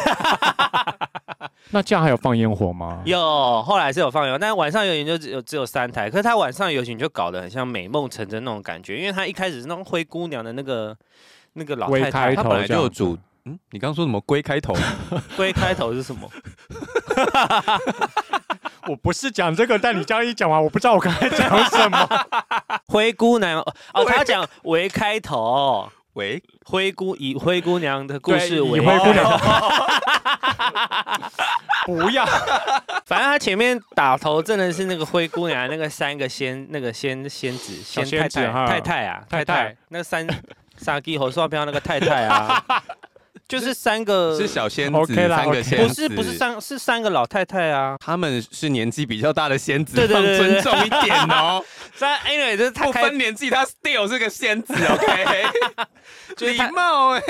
那这样还有放烟火吗？
有后来是有放油，但晚上游行就只有只有三台，可是他晚上游行就搞得很像美梦成真那种感觉，因为他一开始是那种灰姑娘的那个那个老
微
太
开
太，
头
他本来
这
就
样
有
子
主。嗯，你刚刚说什么龟开 头？
灰开头是什么？
我不是讲这个，但你这样一讲完，我不知道我刚才讲什么。
啊灰姑娘哦，哦他 讲为开头。
喂，
灰姑以灰姑娘的故
对
事
以
为
灰姑娘， 不要，
反正他前面打头真的是那个灰姑娘，那个三个仙，那个仙仙子、仙
仙
太
子
太、
哈
太太啊、
太太
那个三傻鸡猴刷票那个太太啊，就是三个，
是小
呃
仙子，
OK 啦
三个
OK
仙
不
子，
是不是三是三个老太太啊，
他们是年纪比较大的仙子，
对对对
放尊
对
重一点哦，
三 anyway 就是 他
不
开
分年纪，他 still 是个仙 子，OK？
就是
礼
他
貌哎，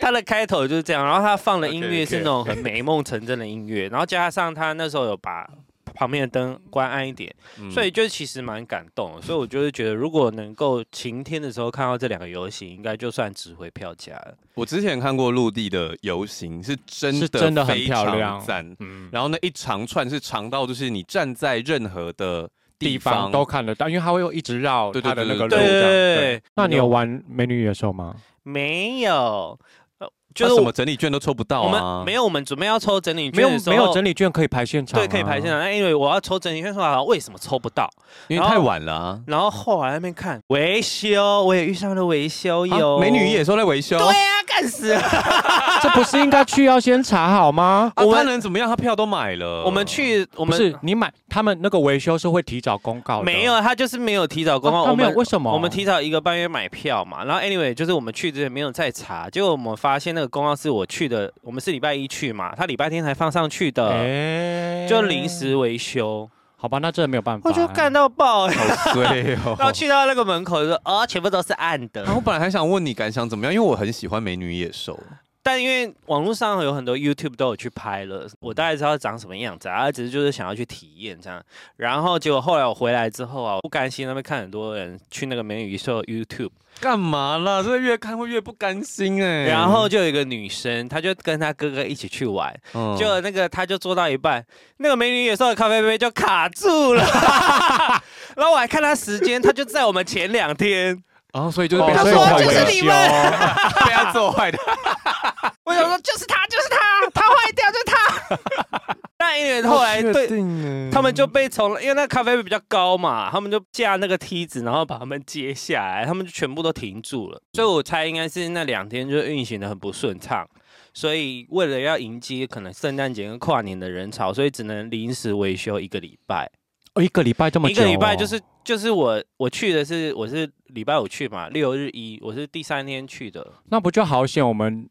他的开头就是这样，然后他放的音乐
OK，OK
是那种很美梦成真的音乐，然后加上他那时候有把旁边的灯关暗一点，
嗯
所以就其实蛮感动的，所以我就是觉得如果能够晴天的时候看到这两个游行，应该就算值回票价了。
我之前看过陆地的游行，是真的
是真的很
非
漂
常
亮
赞。
嗯，
然后那一长串是长到，就是你站在任何的
地
地
方
方
都看得到，因为它会一直绕
对对
它的那个路。
对
这样
对，
那你有玩美女与野兽吗？
没有？呃
就
就
是是什么
我
整理券都抽不到
我
啊，
们没有，我们准备要抽整理
没有
券的时候，
没有整理券可以排现场、啊
对，可以排现。场。那因为我要抽整理券的时候，好像为什么抽不到？
因
然
为
后
太晚了啊。
然后后来那边看维修，我也遇上了维修
啊
有、
美女与野兽在维修，
对啊，干死
呃
了！
这不是应该去要先查好吗？
啊
我
他
们
能怎么样？他票都买了。
我们去
不
我们
是，你买他们那个维修是会提早公告的，
没有，他就是没有提早公告，
啊他
我
没有
们
为什么
我们提早一个半月买票嘛，然后 anyway 就是我们去之前没有再查，结果我们发现那个公告是我去的，我们是礼拜一去嘛，他礼拜天才放上去的，
哎
就临时维修，
好吧，那真的没有办法。
我就干到爆、欸，。
好衰哦
然后去到那个门口就说哦，全部都是暗的
然，后我本来还想问你感想怎么样，因为我很喜欢美女与野兽。
但因为网络上有很多 YouTube 都有去拍了，我大概知道长什么样子啊，只是就是想要去体验这样。然后结果后来我回来之后啊，我不甘心那边看很多人去那个美女与野兽的 YouTube，
干嘛啦？这越看会越不甘心哎、
然后就有一个女生，她就跟她哥哥一起去玩，
嗯
结果那个她就做到一半，那个美女与野兽的咖啡杯 就卡住了，然后我还看她时间，她就在我们前两天。
然后所以就是被
哦
他
所以
做
我
坏
就是
的，
你
们
被他做 坏的。
我想说就是他，就是他，他坏掉就是他。
那因为后
哦
来对
对
他们就被从，因为那咖啡杯比较高嘛，他们就架那个梯子，然后把他们接下来，他们就全部都停住了。所以我猜应该是那两天就运行的很不顺畅，所以为了要迎接可能圣诞节跟跨年的人潮，所以只能临时维修一个礼拜。
哦，一个礼拜这么
一
久哦，
个礼拜就是就是我我去的是我是礼拜五去嘛，六日一，我是第三天去的。
那不就好险？我们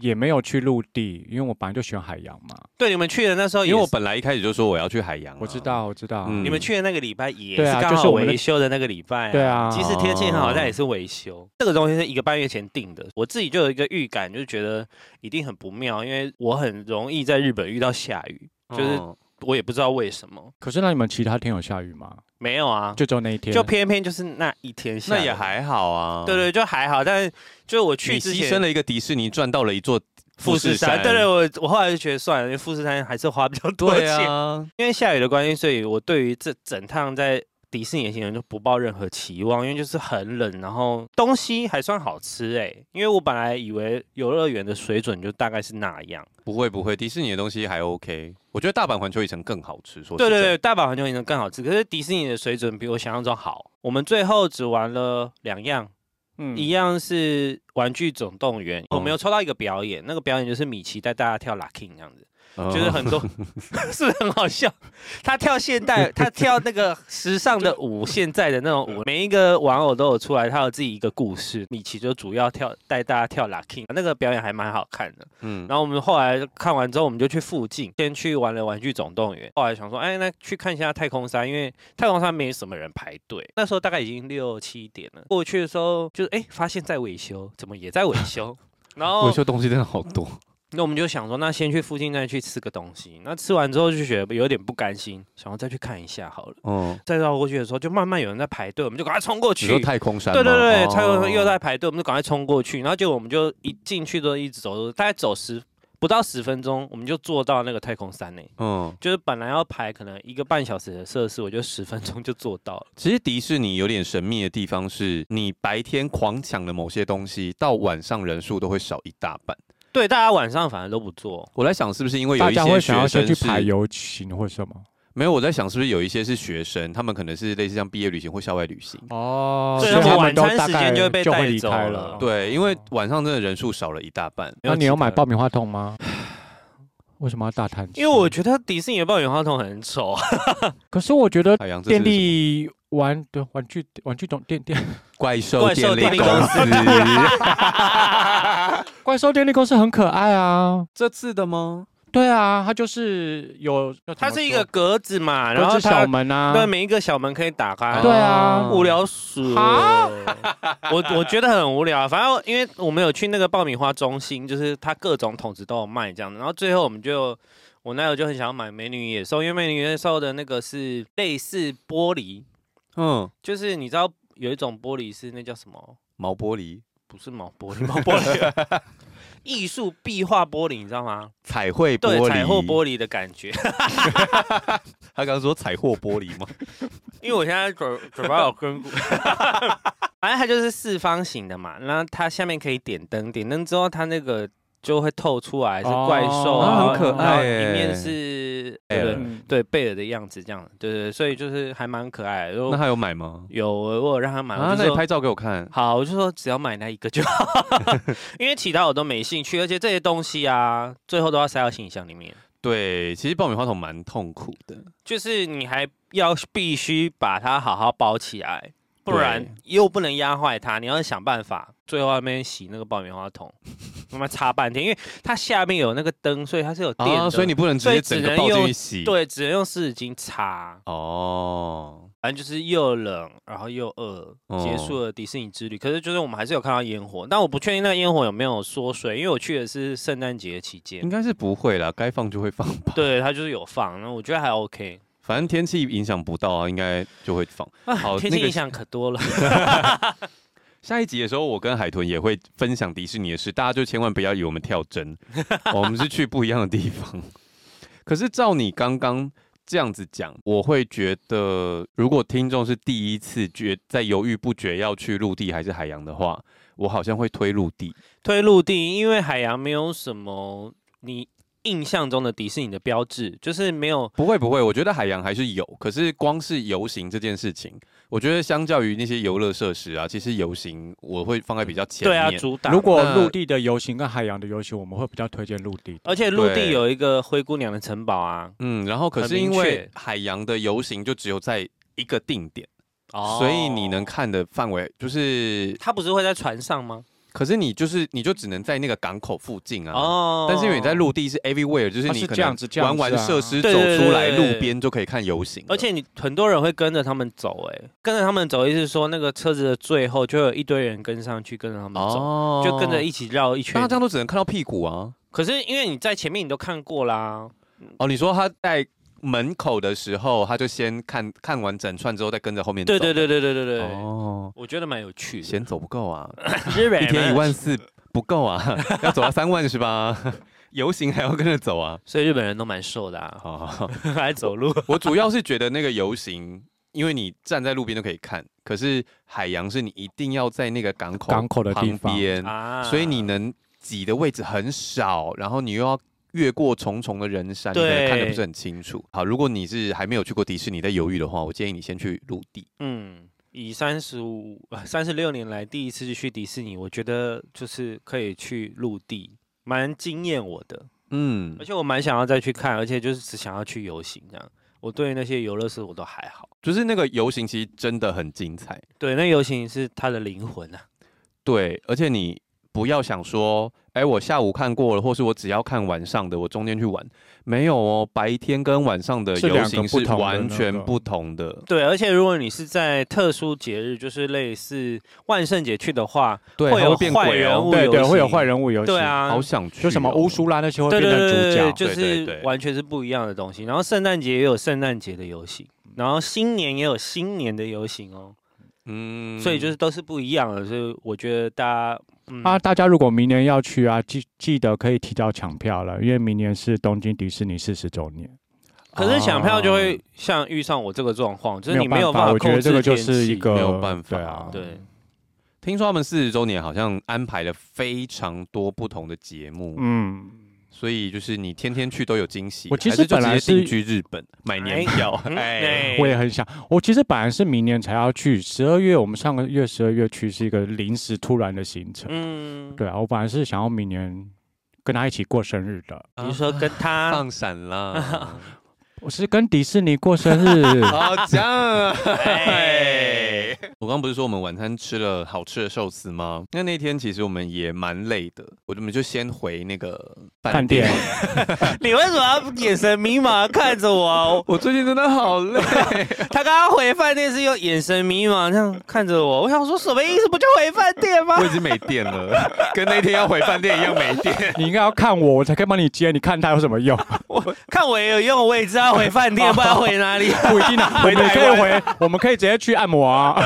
也没有去陆地，因为我本来就喜欢海洋嘛。
对，你们去的那时候也
因为我
是。
本来一开始就说我要去海洋啊，
我知道，我知道，
嗯
你们去的那个礼拜也是
对啊
刚
就是
好
我们的
维修的那个礼拜、
对啊
即使天气很好，
哦
但也是维修。这个东西是一个半月前定的，我自己就有一个预感，就觉得一定很不妙，因为我很容易在日本遇到下雨，
嗯，
就是我也不知道为什么。
可是那你们其他天有下雨吗？
没有啊，
就只有那一
就
天，
偏偏就是那一天下，
那也。还好啊。
对
哦
对，就还好，但就我
你
去之
牺牲
前，
了一个迪士尼，赚到了一座
富士山，对
对
对，我我后来就觉得算了，因为富士山还是花比较多
对
钱，
啊，
因为下雨的关系，所以我对于这整趟在迪士尼的行程就不抱任何期望，因为就是很冷，然后东西还算好吃哎、因为我本来以为游乐园的水准就大概是那样。
不会不会，迪士尼的东西还 OK，我觉得大阪环球影城更好吃。说
对
实
对
在
对，大阪环球影城更好吃，可是迪士尼的水准比我想象中好。我们最后只玩了两样，
嗯
一样是玩具总动员，我们有抽到一个表演，那个表演就是米奇带大家跳 Lucky 这样子。
嗯
就是很多，是不是很好笑？他跳现代，他跳那个时尚的舞，现在的那种舞，每一个玩偶都有出来，他有自己一个故事。米奇就主要跳带大家跳 Lucky，那个表演还蛮好看的。
嗯，
然后我们后来看完之后，我们就去附近，先去玩了《玩具总动员》，后来想说，哎，那去看一下太空山，因为太空山没什么人排队。那时候大概已经六七点了，过去的时候就是哎，发现在维修，怎么也在维修？然后
维修东西真的好多。
那我们就想说，那先去附近再去吃个东西。那吃完之后就觉得有点不甘心，想要再去看一下好了。
哦
嗯，
再绕过去的时候，就慢慢有人在排队，我们就赶快冲过
你
去
说。太空山吗？
对对对，他又
哦
又在排队，我们就赶快冲过去。然后结果我们就一进去都一直走，大概走十不到十分钟，我们就坐到那个太空山内。
嗯，
就是本来要排可能一个半小时的设施，我就十分钟就做到了。
其实迪士尼有点神秘的地方是，你白天狂抢的某些东西，到晚上人数都会少一大半。
对，大家晚上反而都不做。
我在想，是不是因为有
大
一
家会
些
想要
学
先
生
去
是
排游行或什么？
没有？我在想，是不是有一些是学生，他们可能是类似像毕业旅行或校外旅行。
哦
所以
所以他
他们
们
晚
都
餐
大
时间
概
就
就
会被带
会离
走
开
了
了。
对，因为晚上真的人数少了一大半。
没
那
有
你有
几个
买
人
爆米花筒 吗？为什么要大谈？
因为我觉得迪士尼的爆米花筒很丑，啊
可是我觉
哎
得
海洋这是
电力玩对玩具玩具总电电
怪兽
怪兽
电
电
力
力
公
公
司
怪兽电力公司很可爱啊。
这次的吗？
对啊，它就是有，要怎
它
么
是一
说
个格子嘛，然
格
后
子
它
小门啊，
对，每一个小门可以打开。
对啊
无聊死
啊
了， 我我觉得很无聊啊。反正因为我们有去那个爆米花中心，就是它各种桶子都有卖这样的。然后最后我们就，我那时候就很想要买美女与野兽，因为美女与野兽的那个是类似玻璃，
嗯，
就是你知道有一种玻璃是那叫什么？
毛玻璃
不是毛玻璃，毛玻璃， 艺术壁画玻璃，你知道吗？
彩绘玻
对，
璃，
彩绘玻
璃。
璃的感觉。
他刚刚说彩绘玻璃吗？
因为我现在嘴嘴巴有根骨，反正它就是四方形的嘛，然后它下面可以点灯，点灯之后它那个就会透出来是怪兽，
哦
然后
很可
然后
爱耶
里面是
贝
对
尔
对
嗯
对贝尔的样子这样，对对，对所以就是还蛮可爱的。
那
然后
他有买吗？
有我有让他买，
啊，
我
那
就
你
说
拍照给我看。
好，我就说只要买那一个就 好，因为其他我都没兴趣，而且这些东西啊，最后都要塞到行李箱里面。
对，其实爆米花筒蛮痛苦的。
就是你还要必须把它好好包起来，不
对
然又不能压坏它，你要想办法。最后那边洗那个爆米 花桶，他妈擦半天，因为它下面有那个灯，所以它是有电的，
啊，所以你不能直
所
接
以只
整个
能
抱进
用
去洗。，
对只能用湿纸巾擦。
哦，
反正就是又冷，然后又饿，
哦
结束了迪士尼之旅。可是就是我们还是有看到烟火，但我不确定那个烟火有没有缩水，因为我去的是圣诞节期间
应，该是不会啦，该放就会放吧。
对它就是有放，那我觉得还 OK。
反正天气影响不到啊，应该就会放。好，
天
啊那
气
个
影响可多了。
下一集的时候，我跟海豚也会分享迪士尼的事，大家就千万不要以为我 们跳针，我们是去不一样的地方。可是照你刚刚这样子讲，我会觉得，如果听众是第一次决在犹豫不决要去陆地还是海洋的话，我好像会推陆地。
推陆地，因为海洋没有什么你印象中的迪士尼的标志，就是没有
不会不会，我觉得海洋还是有，可是光是游行这件事情，我觉得相较于那些游乐设施啊，其实游行我会放在比较前
对
面。
啊主打。
如果
那
陆地的游行跟海洋的游行，我们会比较推荐陆地的。
而且陆地
对
有一个灰姑娘的城堡啊，
嗯，然后可
很
是因
明
为
确
海洋的游行就只有在一个定点，
哦
所以你能，看的范围就是，
它不是会在船上吗？
可是你就是你就只能在那个港口附近啊。
哦，
但是因为你在陆地是 everywhere，就是
啊
你
是
可
这样
能
子这样
玩
子
完
啊
设施走
对对
出来，
对对
路边就可以看游行了。哦
而且你很多人会跟着他们走、哎，跟着他们走，意思是说那个车子的最后就有一堆人跟上去，跟着他们走，
哦
就跟着，一起绕一圈
大。家都只能看到屁股啊。
可是因为你在前面你都看过啦，
哦，你说他在门口的时候，他就先看看完整串之后，再跟着后面走。
对对对对对对对，
哦，
我觉得蛮有趣的。
嫌走不够啊，
日本
一天一
人，
万四不够啊， 要走到三万是吧？ 游行还要跟着走啊。
所以日本人都蛮瘦的、啊，
好好好，
还走路。
我主要是觉得那个游行，因为你站在路边都可以看，可是海洋是你一定要在那个港口
港口的地
旁
方
边，
啊
所以你能挤的位置很少，然后你又要越过重重的人山，你可能看的不
对
是很清楚。好，如果你是还没有去过迪士尼在犹豫的话，我建议你先去陆地。
嗯，以三十五、三十六年来第一次去迪士尼，我觉得就是可以去陆地，蛮惊艳我的，
嗯
而，且我蛮想要再去看，而且就是只想要去游行这样。我对那些游乐设施我都还好，
就是那个游行其实真的很精彩，
对，那游行是它的灵魂啊。
对，而且你不要想说，哎，我下午看过了，或是我只要看晚上的，我中间去玩，没有哦，白天跟晚上的
是
游
两个
行
不
是
同的
完
那
全
个
不同的。
对，而且如果你是在特殊节日，就是类似万圣节去的话，
对，
会
它
有
变
坏
鬼
人
哦
物
对对，
游
会有
戏
坏人物游戏，
对，啊，
好想去、哦
就什么乌苏，拉那些会
对
变
对
成
对对
主
对，
角。
就
对对
是
对
完全是不一样的东西。然后圣诞节也有圣诞节的游行，然后新年也有新年的游行哦，
嗯
所以就是都是不一样的。所以我觉得大家，嗯，
啊，大家如果明年要去啊，记记得可以提早抢票了，因为明年是东京迪士尼四十周年。
可是抢票就会像遇上我这个状况，就是你没有
办
办法
我觉
控
得这
制
个就
天
是一
气。
个
没有办法
对啊，
对，
听说他们四十周年好像安排了非常多不同的节目，
嗯，
所以就是你天天去都有惊喜。
我其实
还是就
本来
直接
是
定居日本买年票，哎，
哎
我也很想，我其实本来是明年才要去，十二月我们上个月十二月去是一个临时突然的行程，
嗯，
对啊，我本来是想要明年跟他一起过生日的，
比如说跟他，
放闪 啦，，
我是跟迪士尼过生日
好这样啊。
哎，
我刚不是说我们晚餐吃了好吃的寿司吗？那那天其实我们也蛮累的，我们就先回那个
看
饭
店
店。
你为什么要眼神迷茫地看着我？
我最近真的好累，
他刚刚回饭店是用眼神迷茫这样看着我，我想说什么意思？不就回饭店吗
我？已经没电了， 跟那天要回饭店一样没电。
你应该要看我，我才可以帮你接，你看他有什么用？
看我也有用，我也知道回饭店，不然回哪里？
不一定啊，我们可以回，我们可以直接去按摩啊。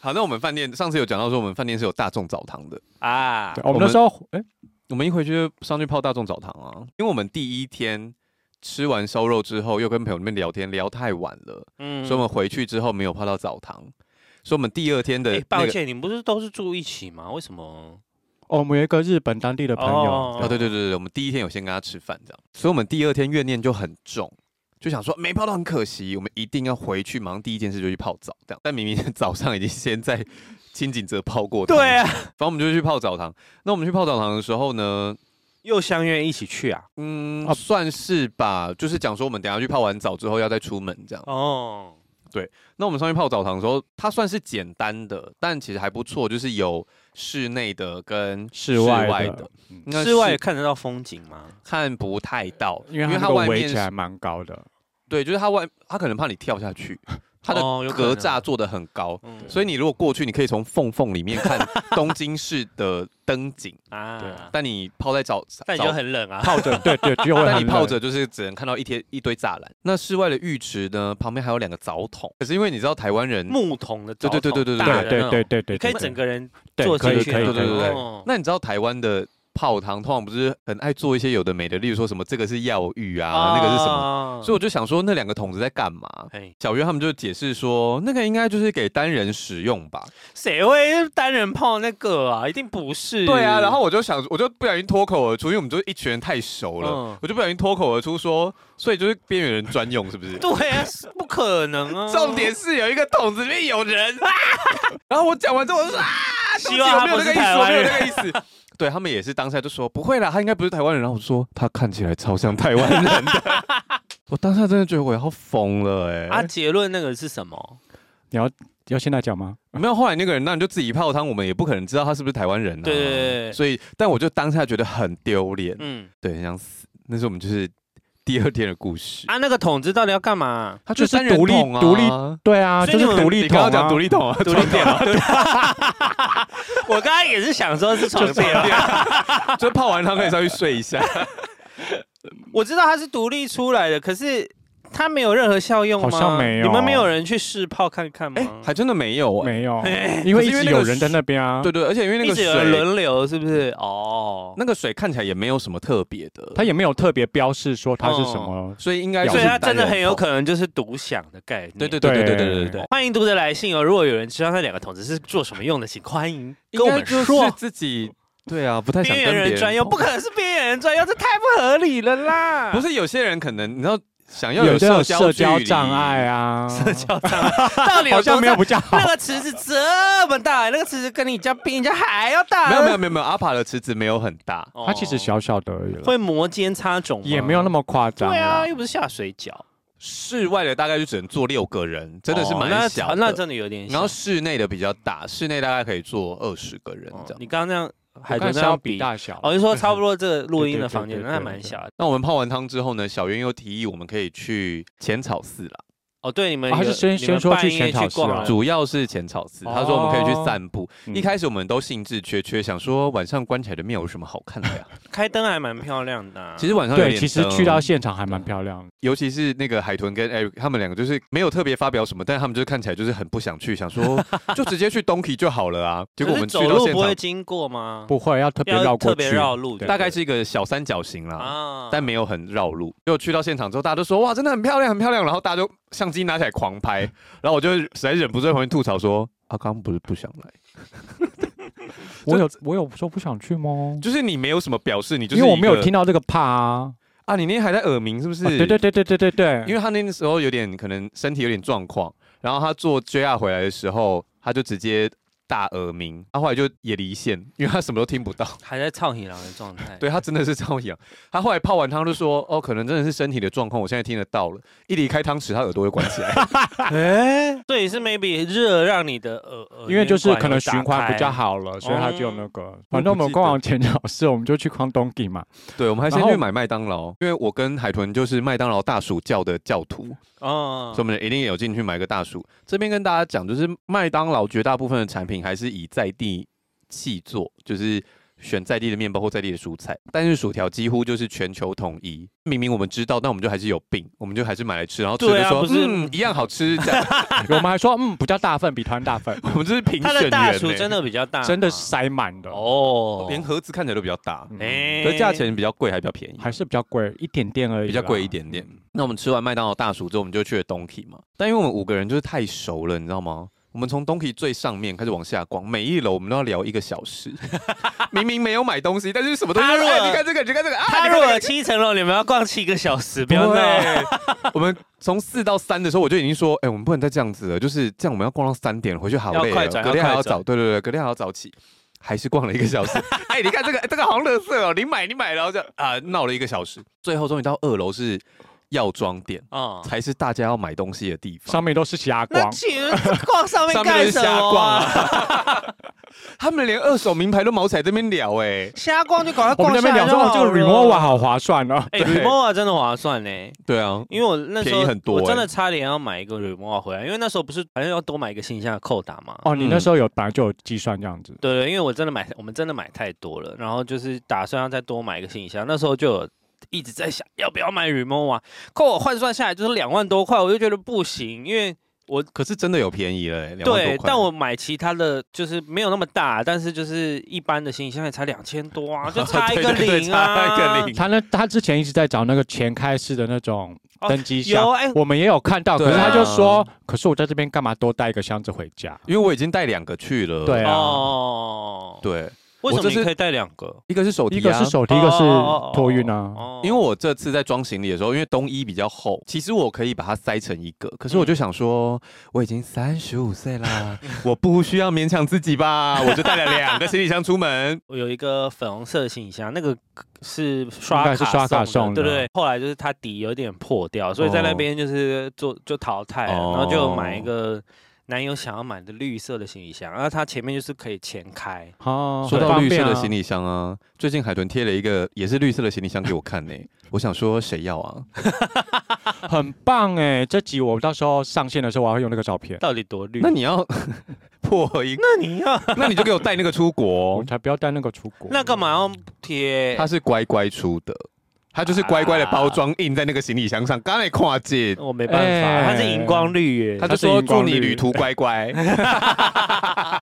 好，那我们饭店上次有讲到说，我们饭店是有大众澡堂的。
啊
对，
我
我们
们
那时候，哎，
我们一回去就上去泡大众澡堂啊，因为我们第一天吃完烧肉之后，又跟朋友们聊天，聊太晚了，
嗯
所以我们回去之后没有泡到澡堂，所以我们第二天的、那
哎
个
抱歉，你们不是都是住一起吗？为什么？
哦我们有一个日本当地的朋
哦
友，
啊，对对对对，我们第一天有先跟他吃饭这样，所以我们第二天怨念就很重，就想说没泡到很可惜，我们一定要回去，马上第一件事就去泡澡这样，但明 明早上已经先在清景泽泡过，
对啊，，
反正我们就去泡澡堂。那我们去泡澡堂的时候呢，
又相约一起去啊？
嗯，
啊
算是吧，就是讲说我们等一下去泡完澡之后要再出门这样。
哦，
那我们上去泡澡堂的时候，它算是简单的，但其实还不错，就是有室内的跟
室外
的
的。，嗯
那
室外看得到风景吗？
看不太到，
因为它那
它
个
外
围
面是
起来蛮高的，
对，就是它外它可能怕你跳下去，它的
哦有可
格
能
栅做的很高。
嗯
所以你如果过去，你可以从缝缝里面看东京市的灯景，
对
啊
啊，
但你泡在澡，
但你
澡
就很冷啊。
泡着， 对对，只有会
但你
很冷
泡着就是只能看到一贴一堆栅栏。那室外的浴池呢，旁边还有两个澡桶。可是因为你知道台湾人，
木桶的澡
对对对对对
堂大
对
的
对
那种
对对对，
你可以
对
整个人
对
坐
可以
进
可以
去
可
啊，
对
以
对
可以
对
哦
那你知道台湾的泡汤通常不是很爱做一些有的没的，例如说什么这个是药浴啊，那个是什么，
么
所以我就想说那两个桶子在干嘛？
哦哎，
小月他们就解释说，那个应该就是给单人使用吧。
谁会单人泡那个啊？一定不是。
对啊，然后我就想，我就不小心脱口而出，因为我们就一群人太熟了，
嗯
我就不小心脱口而出说，所以就是边缘人专用，是不是？
对啊，是不可能啊！
重点是有一个桶子里面有 人，然后我讲完之后我就说啊，对不
希
起
望
我
他
没有
不
那
是
个意思，
台
我没
湾
有
人。
那个意思。 对他们也是当下就说不会啦，他应该不是台湾人。然后我说他看起来超像台湾人的， 我当下真的觉得我要疯了哎、
啊，结论那个是什么？
你要要现在讲吗？
没有，后来那个人那你就自己泡汤，我们也不可能知道他是不是台湾人、啊。
对对对对
所以，但我就当下觉得很丢脸，
嗯，
对，很想死。那是我们就是第二天的故事。
啊，那个桶子到底要干 嘛？
他
就是
单人
独立
桶啊
独立对啊，
所以
就
你
是
们
独
你
立桶
刚
啊
刚，讲独立桶啊，独立桶啊，
我刚才也是想说是床
对
垫，
啊 就泡完汤可以上去睡一 下。
我知道它是独立出来的，可是它没有任何效用吗？
好像没有
你们没有人去试泡看看吗？
哎，还真的没有哎。
没有，因为一
可是因为
直
那个
有人在那边啊，
对对，而且因为那
一
个
直有人
水，
轮流，是不是？哦，
那个水看起来也没有什么特别的，
他也没有特别标示说它是什么。
所以应该
那
所以
就是
它真的
单人
很有
桶
可能就是独享的概念。
对对对对对
对
对对对，
欢迎读者来信哦！如果有人知道那两个桶子是做什么用的，请欢迎跟我
应该
们
就是
说。
自己对啊，不太想
边
跟
缘
别
人
人
专用，不可能是边缘人专用，这太不合理 了啦！
不是有些人可能你知道想要
有些
社
有
交
社交
距离
障碍，啊，
道 理有
好
多
像没有
大？
比较好
那。个池子这么大，那个池子跟你家比你家还要大。
没有没有没有没有，阿帕的池子没有很大，
哦，
它其实小小的而已啦，
会摩肩擦踵吗，
也没有那么夸张。
对啊，，又不是下水饺，
室外的大概就只能坐六个人，真的是
哦
蛮
那
小的。
那真的有点小。
然后室内的比较大，室内大概可以坐二十个人
哦
这样。
你刚刚那样海
我
豚
看
这
是要
样
比大小。
哦，就说差不多这个录音的
对对对
房间，
对对
那还
对
蛮
对
小的。
那我们泡完汤之后呢，小圆又提议我们可以去浅草寺啦，
哦，对，你们
哦还
有
是先
你们
先说
半
去
夜
浅草寺
逛
啊
了
主要是浅草寺。
哦
他说我们可以去散步。
嗯
一开始我们都兴致缺缺，想说晚上关起来的庙有什么好看的呀？
开灯还蛮漂亮的啊。
其实晚上有
对，
点
其实
灯
去到，现场还蛮漂亮的。
尤其是那个海豚跟 Eric 他们两个，就是没有特别发表什么，但他们就是看起来就是很不想去，想说就直接去东 o 就好了啊。结果我们去
可是走
到
路
现
不会
场，
经过吗？
不会，要特别
要
绕过
特
去
别。绕路，
对
大概是一个小三角形啦。
啊
但没有很绕路。就去到现场之后，大家都说哇，真的很漂亮，很漂亮。然后大家就相机拿起来狂拍，然后我就实在忍不住在旁边吐槽说：“阿、啊、刚不是不想来，
我有我有说不想去吗？
就是你没有什么表示，你就是
因为我没
一
有
个
听到这个怕啊。
啊，你那天还在耳鸣是不是？
啊对对，对对对对对，
因为他那时候有点可能身体有点状况，然后他坐 JR 回来的时候，他就直接大耳鸣，他后来就也离线，因为他什么都听不到。”
还在唱喜郎的状态。
对他真的是这样养，他后来泡完汤就说：“哦，可能真的是身体的状况，我现在听得到了。”一离开汤匙，他耳朵会关起来。
哎，对，是 maybe 热让你的耳耳，
因为就是可能
眼
循
管有打
环
开
比较。好了，所以他就有那个。反
我
正我
不
们
记
逛
得
完前朝市，我们就去逛东吉嘛。
对，我们还先
然后
去买麦当劳，因为我跟海豚就是麦当劳大薯教的教徒，
哦
所以我，们一定有进去买个大薯。这边跟大家讲，就是麦当劳绝大部分的产品还是以在地气做，就是选在地的面包或在地的蔬菜，但是薯条几乎就是全球统一。明明我们知道，但我们就还是有病，我们就还是买来吃，然后吃
对
的
啊
说、
不是
嗯一样好吃，这样
我们还说，嗯，比较大份，比团大份，
我们就是评
它
选员、
的
欸。
大厨真的比较大吗，
真的塞满的。
哦，
连盒子看起来都比较大，
嗯
哎，
可是价钱比较贵，还比较便宜。
还是比较贵，一点点而已啦，
比较贵一点点
嗯。
那我们吃完麦当劳大薯之后，我们就去了 Donkey 嘛。但因为我们五个人就是太熟了，你知道吗？我们从 Donkey 最上面开始往下逛，每一楼我们都要聊一个小时。 明明没有买东西，但是什么东西
他
都
如
是？
果
哎你看这个，你看这个啊！
他
你
如
看
果七层楼，你们要逛七个小时，不要闹。
啊
对我们从四到三的时候，我就已经说，哎、我们不能再这样子了，就是这样，我们要逛到三点，回去好累
要
哦
快，转
隔天还要
要快转
早，对对对，隔天还要早起，还是逛了一个小时。 哎、你看这个，哎这个好像乐色哦，你买你买，然后就啊闹了一个小时，最后终于到二楼是药妆店，
哦，
才是大家要买东西的地方。
上面都是瞎
那
逛，
请问逛上面
上面
干
就是
什
瞎
么
逛
啊？
啊！ 他们连二手名牌都毛起来这边聊哎、
瞎逛就搞快
我
逛
们
下
那边讲
来就
说，哦，
好
这个
了
Remova 好划算哦。
哎
对
，Remova 真的划算呢，
对啊，
因为我那时候
便宜很多
我真
欸
的差点要买一个 Remova 回来，因为那时候不是好像要多买一个新箱的扣打嘛。
哦，你那
嗯
时候有本来就有计算这样子，
对对，因为我真的买，我们真的买太多了，然后就是打算要再多买一个行李箱。那时候就有一啊直在想，要不要买 Remova？可我换算下来就是两万多块，我就觉得不行，因为我
可是真的有便宜了、欸，两万多
对，
块
但我买其他的就是没有那么大，但是就是一般的行李箱也才两千多 啊，就差一
对
个
对对
零啊，
差一个零
他呢，他之前一直在找那个前开式的那种
哦
登机箱，
有哎，
我们也有看到，
对啊
可是他就说，可是我在这边干嘛多带一个箱子回家？
因为我已经带两个去了。
对啊
哦，
对，
为
我
什
这
么你
是
可以带两个？
一个是手提、啊，
一个是手提，一个是托运啊。
哦。
因为我这次在装行李的时候，因为冬衣比较厚，其实我可以把它塞成一个，可是我就想说，我已经三十五岁啦，我不需要勉强自己吧，我就带了两个行李箱出门
我有一个粉红色的行李箱，那个是刷
应
卡
该是刷卡
送
送
的，
的哦
对对。后来就是它底有点破掉，所以在那边就是做就淘汰了，
哦
然后就买一个男友想要买的绿色的行李箱，然后它前面就是可以前开，
哦，
说到绿色的行
李，
李箱啊，最近海豚贴了一个也是绿色的行李箱给我看 呢、我想说谁要啊？
很棒哎！这集我到时候上线的时候，我要用那个照片，
到底多绿？
那你要 破 一个，
那你要
那你就给我带那个出国哦
我，才不要哦带那个出国。
那干嘛要贴？
它是乖乖出的，它
啊
就是乖乖的包装印在那个行李箱上，刚才跨界。
我没办法，它
哎
是荧光绿耶，
他就
它
它
是
说
荧
祝
光
你
绿
旅途乖 乖，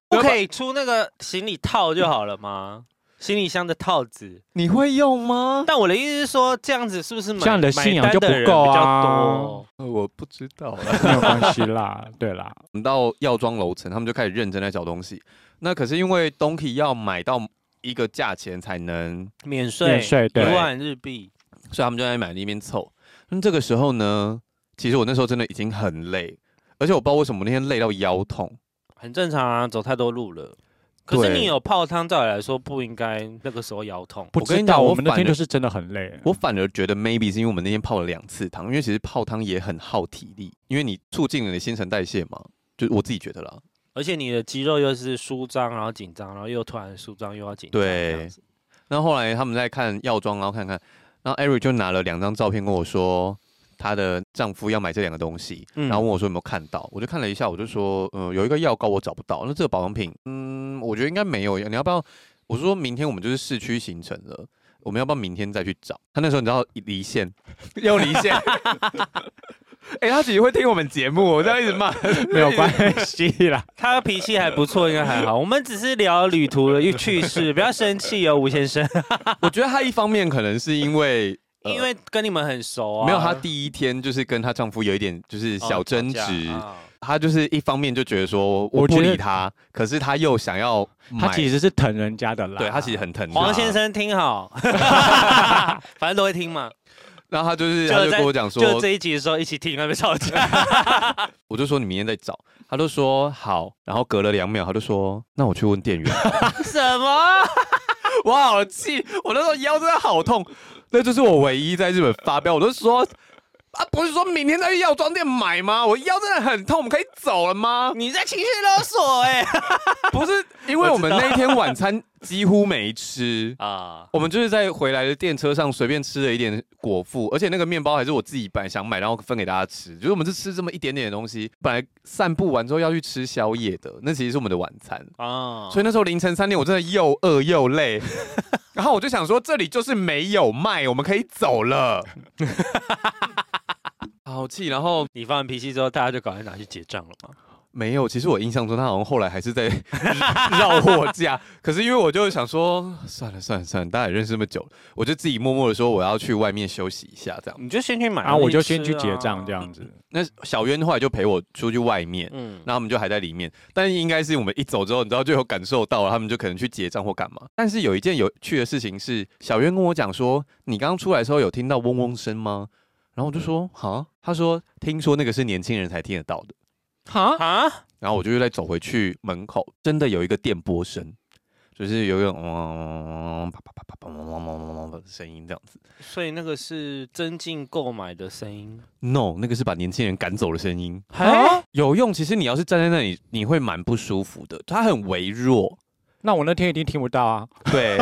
不可以出那个行李套就好了吗？行李箱的套子，
你会用 吗？
但我的意思是说，这样子是不是买
这样的信仰就不够
买单的人比较
啊
多
呃我不知道啦。
没有关系啦，对啦，
我们到药妆楼层，他们就开始认真在找东西。那可是因为东 o 要买到一个价钱才能，
免税
免税
一
对。
万日币，
所以他们就在买那边凑。那这个时候呢，其实我那时候真的已经很累，而且我不知道为什么那天累到腰痛。
很正常啊，走太多路了。可是
对
你有泡汤，照理来说不应该那个时候腰痛。
不
我跟
知
你
道，
讲我
我们那
反
天
而
就是真的很累。
我反而觉得 maybe 是因为我们那天泡了两次汤，因为其实泡汤也很耗体力，因为你促进了你的新陈代谢嘛，就是我自己觉得啦。
而且你的肌肉又是舒张，然后紧张，然后又突然舒张，又要紧张。
对
这样子
那后来他们在看药妆，然后看看，然后 Eric 就拿了两张照片跟我说，她的丈夫要买这两个东西，
嗯
然后问我说有没有看到，我就看了一下，我就说，嗯、有一个药膏我找不到，那这个保养品，嗯，我觉得应该没有，你要不要？我说明天我们就是市区行程了。我们要不要明天再去找？他那时候你知道离线，又离线。哎、他其实会听我们节目，我这样一直骂。
没有关系 啦，
他的脾气还不错，应该还好。我们只是聊旅途的趣事，不要生 气哦，吴先生。
我觉得他一方面可能是因为，呃
因为跟你们很熟啊。
没有，她第一天就是跟她丈夫有一点
哦
就是小争执，
啊
她、就是一方面就觉得说我
我
不
觉得
理他，可是她又想要买，
他其实是疼人家的啦。
对她其实很疼她
黄先，生 听好，反正都会听嘛。
然后她就是
就
她就
在
跟我讲
就
说
这，一集的时候一起听，还没 吵架。
我就说你明天再找，她就说好，然后隔了两秒她就说那我去问店 员，
什么？
我好气，我那时候腰真的好痛，那就是我唯一在日本发飙，我就说。啊，不是说明天再去药妆店买吗？我腰真的很痛，我们可以走了吗？
你在情绪勒索哎、
不是，因为我们那一天晚餐几乎没吃，
啊，
我们就是在回来的电车上随便吃了一点果腹，而且那个面包还是我自己本来想买，然后分给大家吃。就是我们是吃这么一点点的东西，本来散步完之后要去吃宵夜的，那其实是我们的晚餐。
啊
所以那时候凌晨三点，我真的又饿又累，然后我就想说这里就是没有卖，我们可以走了。好气，然后
你发完脾气之后，大家就赶快拿去结账了嘛。
没有，其实我印象中他好像后来还是在 绕货架，可是因为我就想说，算了算了算了，大家也认识那么久了，我就自己默默的说我要去外面休息一下，这样。
你就先去买
啊，我就先去结账这。样子。
那小渊后来就陪我出去外面，
嗯，
那他们就还在里面，但应该是我们一走之后，你知道就有感受到了，他们就可能去结账或干嘛。但是有一件有趣的事情是，小渊跟我讲说，你刚刚出来的时候有听到嗡嗡声吗？然后我就说哈，他说听说那个是年轻人才听得到的。
哈，
啊，
然后我就又再走回去门口，真的有一个电波声，就是有一种嗡啪啪啪啪啪嗡嗡嗡嗡嗡的声音这样子。
所以那个是增进购买的声音。
No，那个是把年轻人赶走的声音，
啊，
有用。其实你要是站在那里，你会蛮不舒服的，它很微弱。
那我那天一定听不到啊。
对，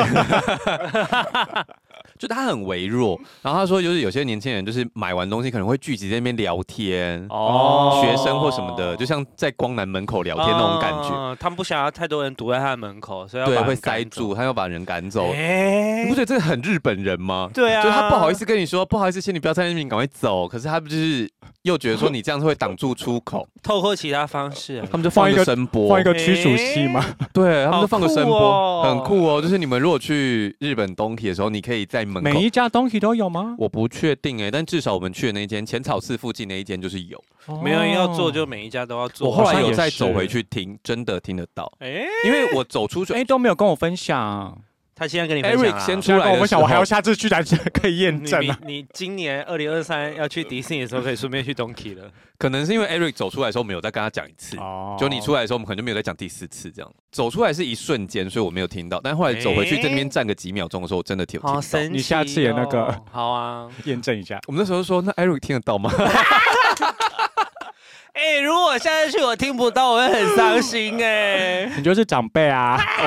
就他很微弱。然后他说，就是有些年轻人就是买完东西可能会聚集在那边聊天，
哦
学生或什么的，就像在光南门口聊天那种感觉，
嗯他们不想要太多人堵在他的门口，所以要
对，
把
会
人赶
塞
走
住，。他要把人赶走。
哎
你不觉得这很日本人吗？
对啊，
就是他不好意思跟你说，不好意思，请你不要在那边，你赶快走。可是他不就是又觉得说你这样子会挡住出口，
透过其他方式啊
他们就放
放一
个
个
声波，
放一个驱鼠戏吗？
对他们就
好
放个声
酷
波，
哦
很酷哦。就是你们如果去日本东体的时候，你可以在门口
每。一家东西都有吗？
我不确定哎、但至少我们去的那一间浅草寺附近那一间就是有。
没有人要
哦
做，就每一家都要做。
我后
好
来
像
有
也
再
是
走回去听，真的听得到，
哎，
因为我走出去
哎、，都没有跟我分享。
他现在跟你分享
Eric
啦
先出
虽然跟
来
我
的
分
时
享，
候，
我还要下次去才是可以验
你
证
你
啊。
你今年二零二三要去迪士尼的时候，可以顺便去 Donkey 了。
可能是因为 Eric 走出来的时候，我们有再跟他讲一次。
哦
就你出来的时候，我们可能就没有再讲第四次这样。走出来是一瞬间，所以我没有听到。但后来走回去，
诶
在那边站个几秒钟的时候，我真的听有听
好
到。
神奇、
你下次也那个
好啊。
验证一下，
我们那时候说，那 Eric 听得到吗？
哎、如果我下次去我听不到，我会很 伤心哎、
你就是长辈啊。
啊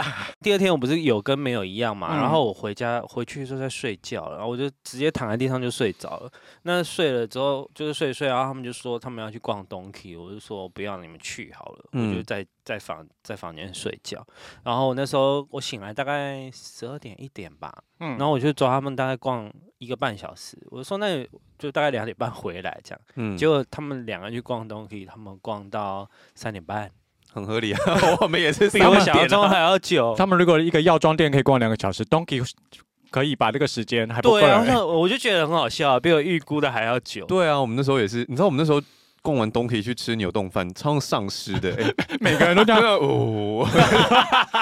哇！第二天我不是有跟没有一样嘛，
嗯
然后我回家回去的时候在睡觉，然后我就直接躺在地上就睡着了。那睡了之后就是睡一睡，啊然后他们就说他们要去逛东 k 我就说不要你们去好了，
嗯
我就在在房在房间睡觉。然后那时候我醒来大概十二点一点吧，
嗯
然后我就抓他们大概逛一个半小时，我就说那就大概两点半回来这样。
嗯，
结
就
果他们两个去逛东 k 他们逛到三点半。
很合理啊。 我们也是
比
三
我
点
想象中
啊
还要久。
他们如果一个药妆店可以逛两个小时，Donkey 可以把这个时间还不够
对啊，然
欸。
后我就觉得很好笑啊，比我预估的还要久。
对啊，我们那时候也是，你知道我们那时候逛完东可以去吃牛冻饭，超丧尸 的，哎
每个人都这样
真的 哦，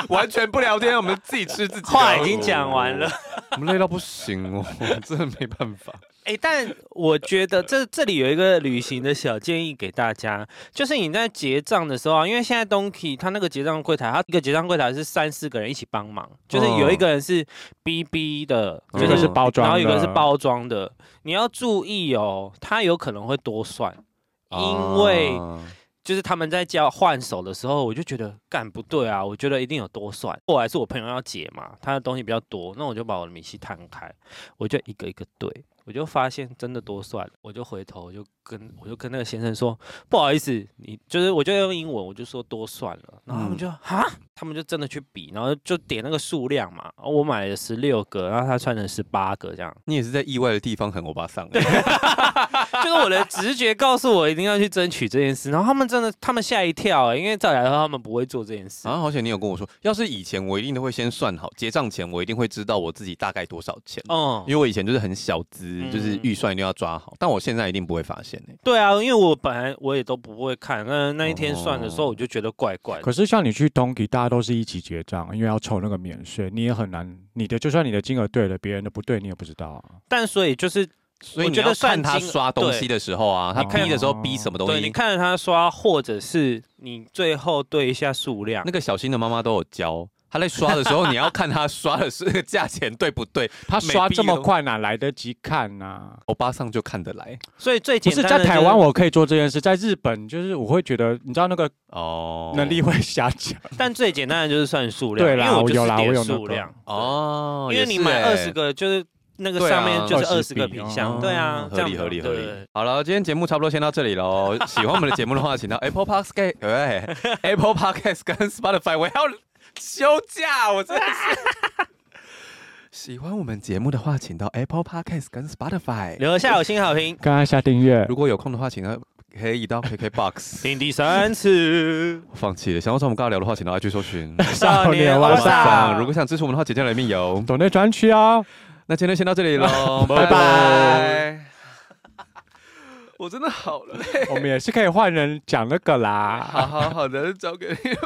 完全不聊天，我们自己吃自己的。哦
话已经讲完了，
我们累到不行哦， 真的没办法。
哎、但我觉得这这里有一个旅行的小建议给大家，就是你在结账的时候啊，因为现在 Donkey 他那个结账柜台，他一个结账柜台是三四个人一起帮忙，就是有一个人是 BB 的，
嗯
就
一个是包装
然后
的，
有一个是包装的，你要注意哦，他有可能会多算， 因为
啊
就是他们在叫换手的时候，我就觉得干不对啊，我觉得一定有多算。后来是我朋友要解嘛，他的东西比较多，那我就把我的米西摊开，我就一个一个对，我就发现真的多算了，我就回头我就跟我就跟那个先生说，不好意思，你就是我就用英文我就说多算了，然后他们就哈、他们就真的去比，然后就点那个数量嘛，我买了十六个，然后他穿成十八个这样，
你也是在意外的地方很欧巴欸 桑。
就是我的直觉告诉我一定要去争取这件事，然后他们真的，他们吓一跳、欸，因为照理来说他们不会做这件事。
啊，好险你有跟我说，要是以前我一定都会先算好，结账前我一定会知道我自己大概多少钱，
嗯
因，为我以前就是很小资，就是
嗯
预算一定要抓好，但我现在一定不会发现欸
对啊，因为我本来我也都不会看，那那一天算的时候
哦
我就觉得怪怪的。
可是像你去 Donkey，大家都是一起结账，因为要凑那个免税，你也很难。你的就算你的金额对了，别人的不对，你也不知道啊。
但所以就是
所以
我
你
觉得
要
算
看他
金额
刷东
对
西的时候啊，他
你看
逼的时候逼什么东
对你
西，
看着他刷，或者是你最后对一下数量
那。个小新的妈妈都有教。他在刷的时候，你要看他刷的是价钱对不对，
他
没
刷
必
这么
要
快哪来得及看呐、
欧巴桑就看得来
所以最
不
简
是
单的、
在台湾，我可以做这件事，在日本就是我会觉得，你知道那个
哦。
能力会下降。
但最简单的就是算数量。
对啦
因为我就
我有
是
啦我
点
有那
数
个
量，
哦，
因为
也
你
是
买
欸
二十个就是。那个
对
上面
啊
就是二十
20
个
笔
品
哦
相，对啊，这
合
样
理
比
合
较
理合理
对。
好了，今天节目差不多先到这里 喽。喜欢我们的节目的话，请到 Apple Podcast 对 Apple Podcast 跟 Spotify。我要休假，我真的是。 喜欢我们节目的话，请到 Apple Podcast 跟 Spotify。
留下有新好评，
刚刚下订阅，
如果有空的话，请到可以到 KKBox。
听第三次。
我放弃了，想要找我们尬聊的话，请到 IG 搜寻。
少年
哇
哇
塞
塞！
如果想支持我们的话，简介里面有。
懂内专区哦。
那今天先到这里喽，
拜拜。
我真的好累。
我们也是可以换人讲那个啦。
好好好的，交给你们。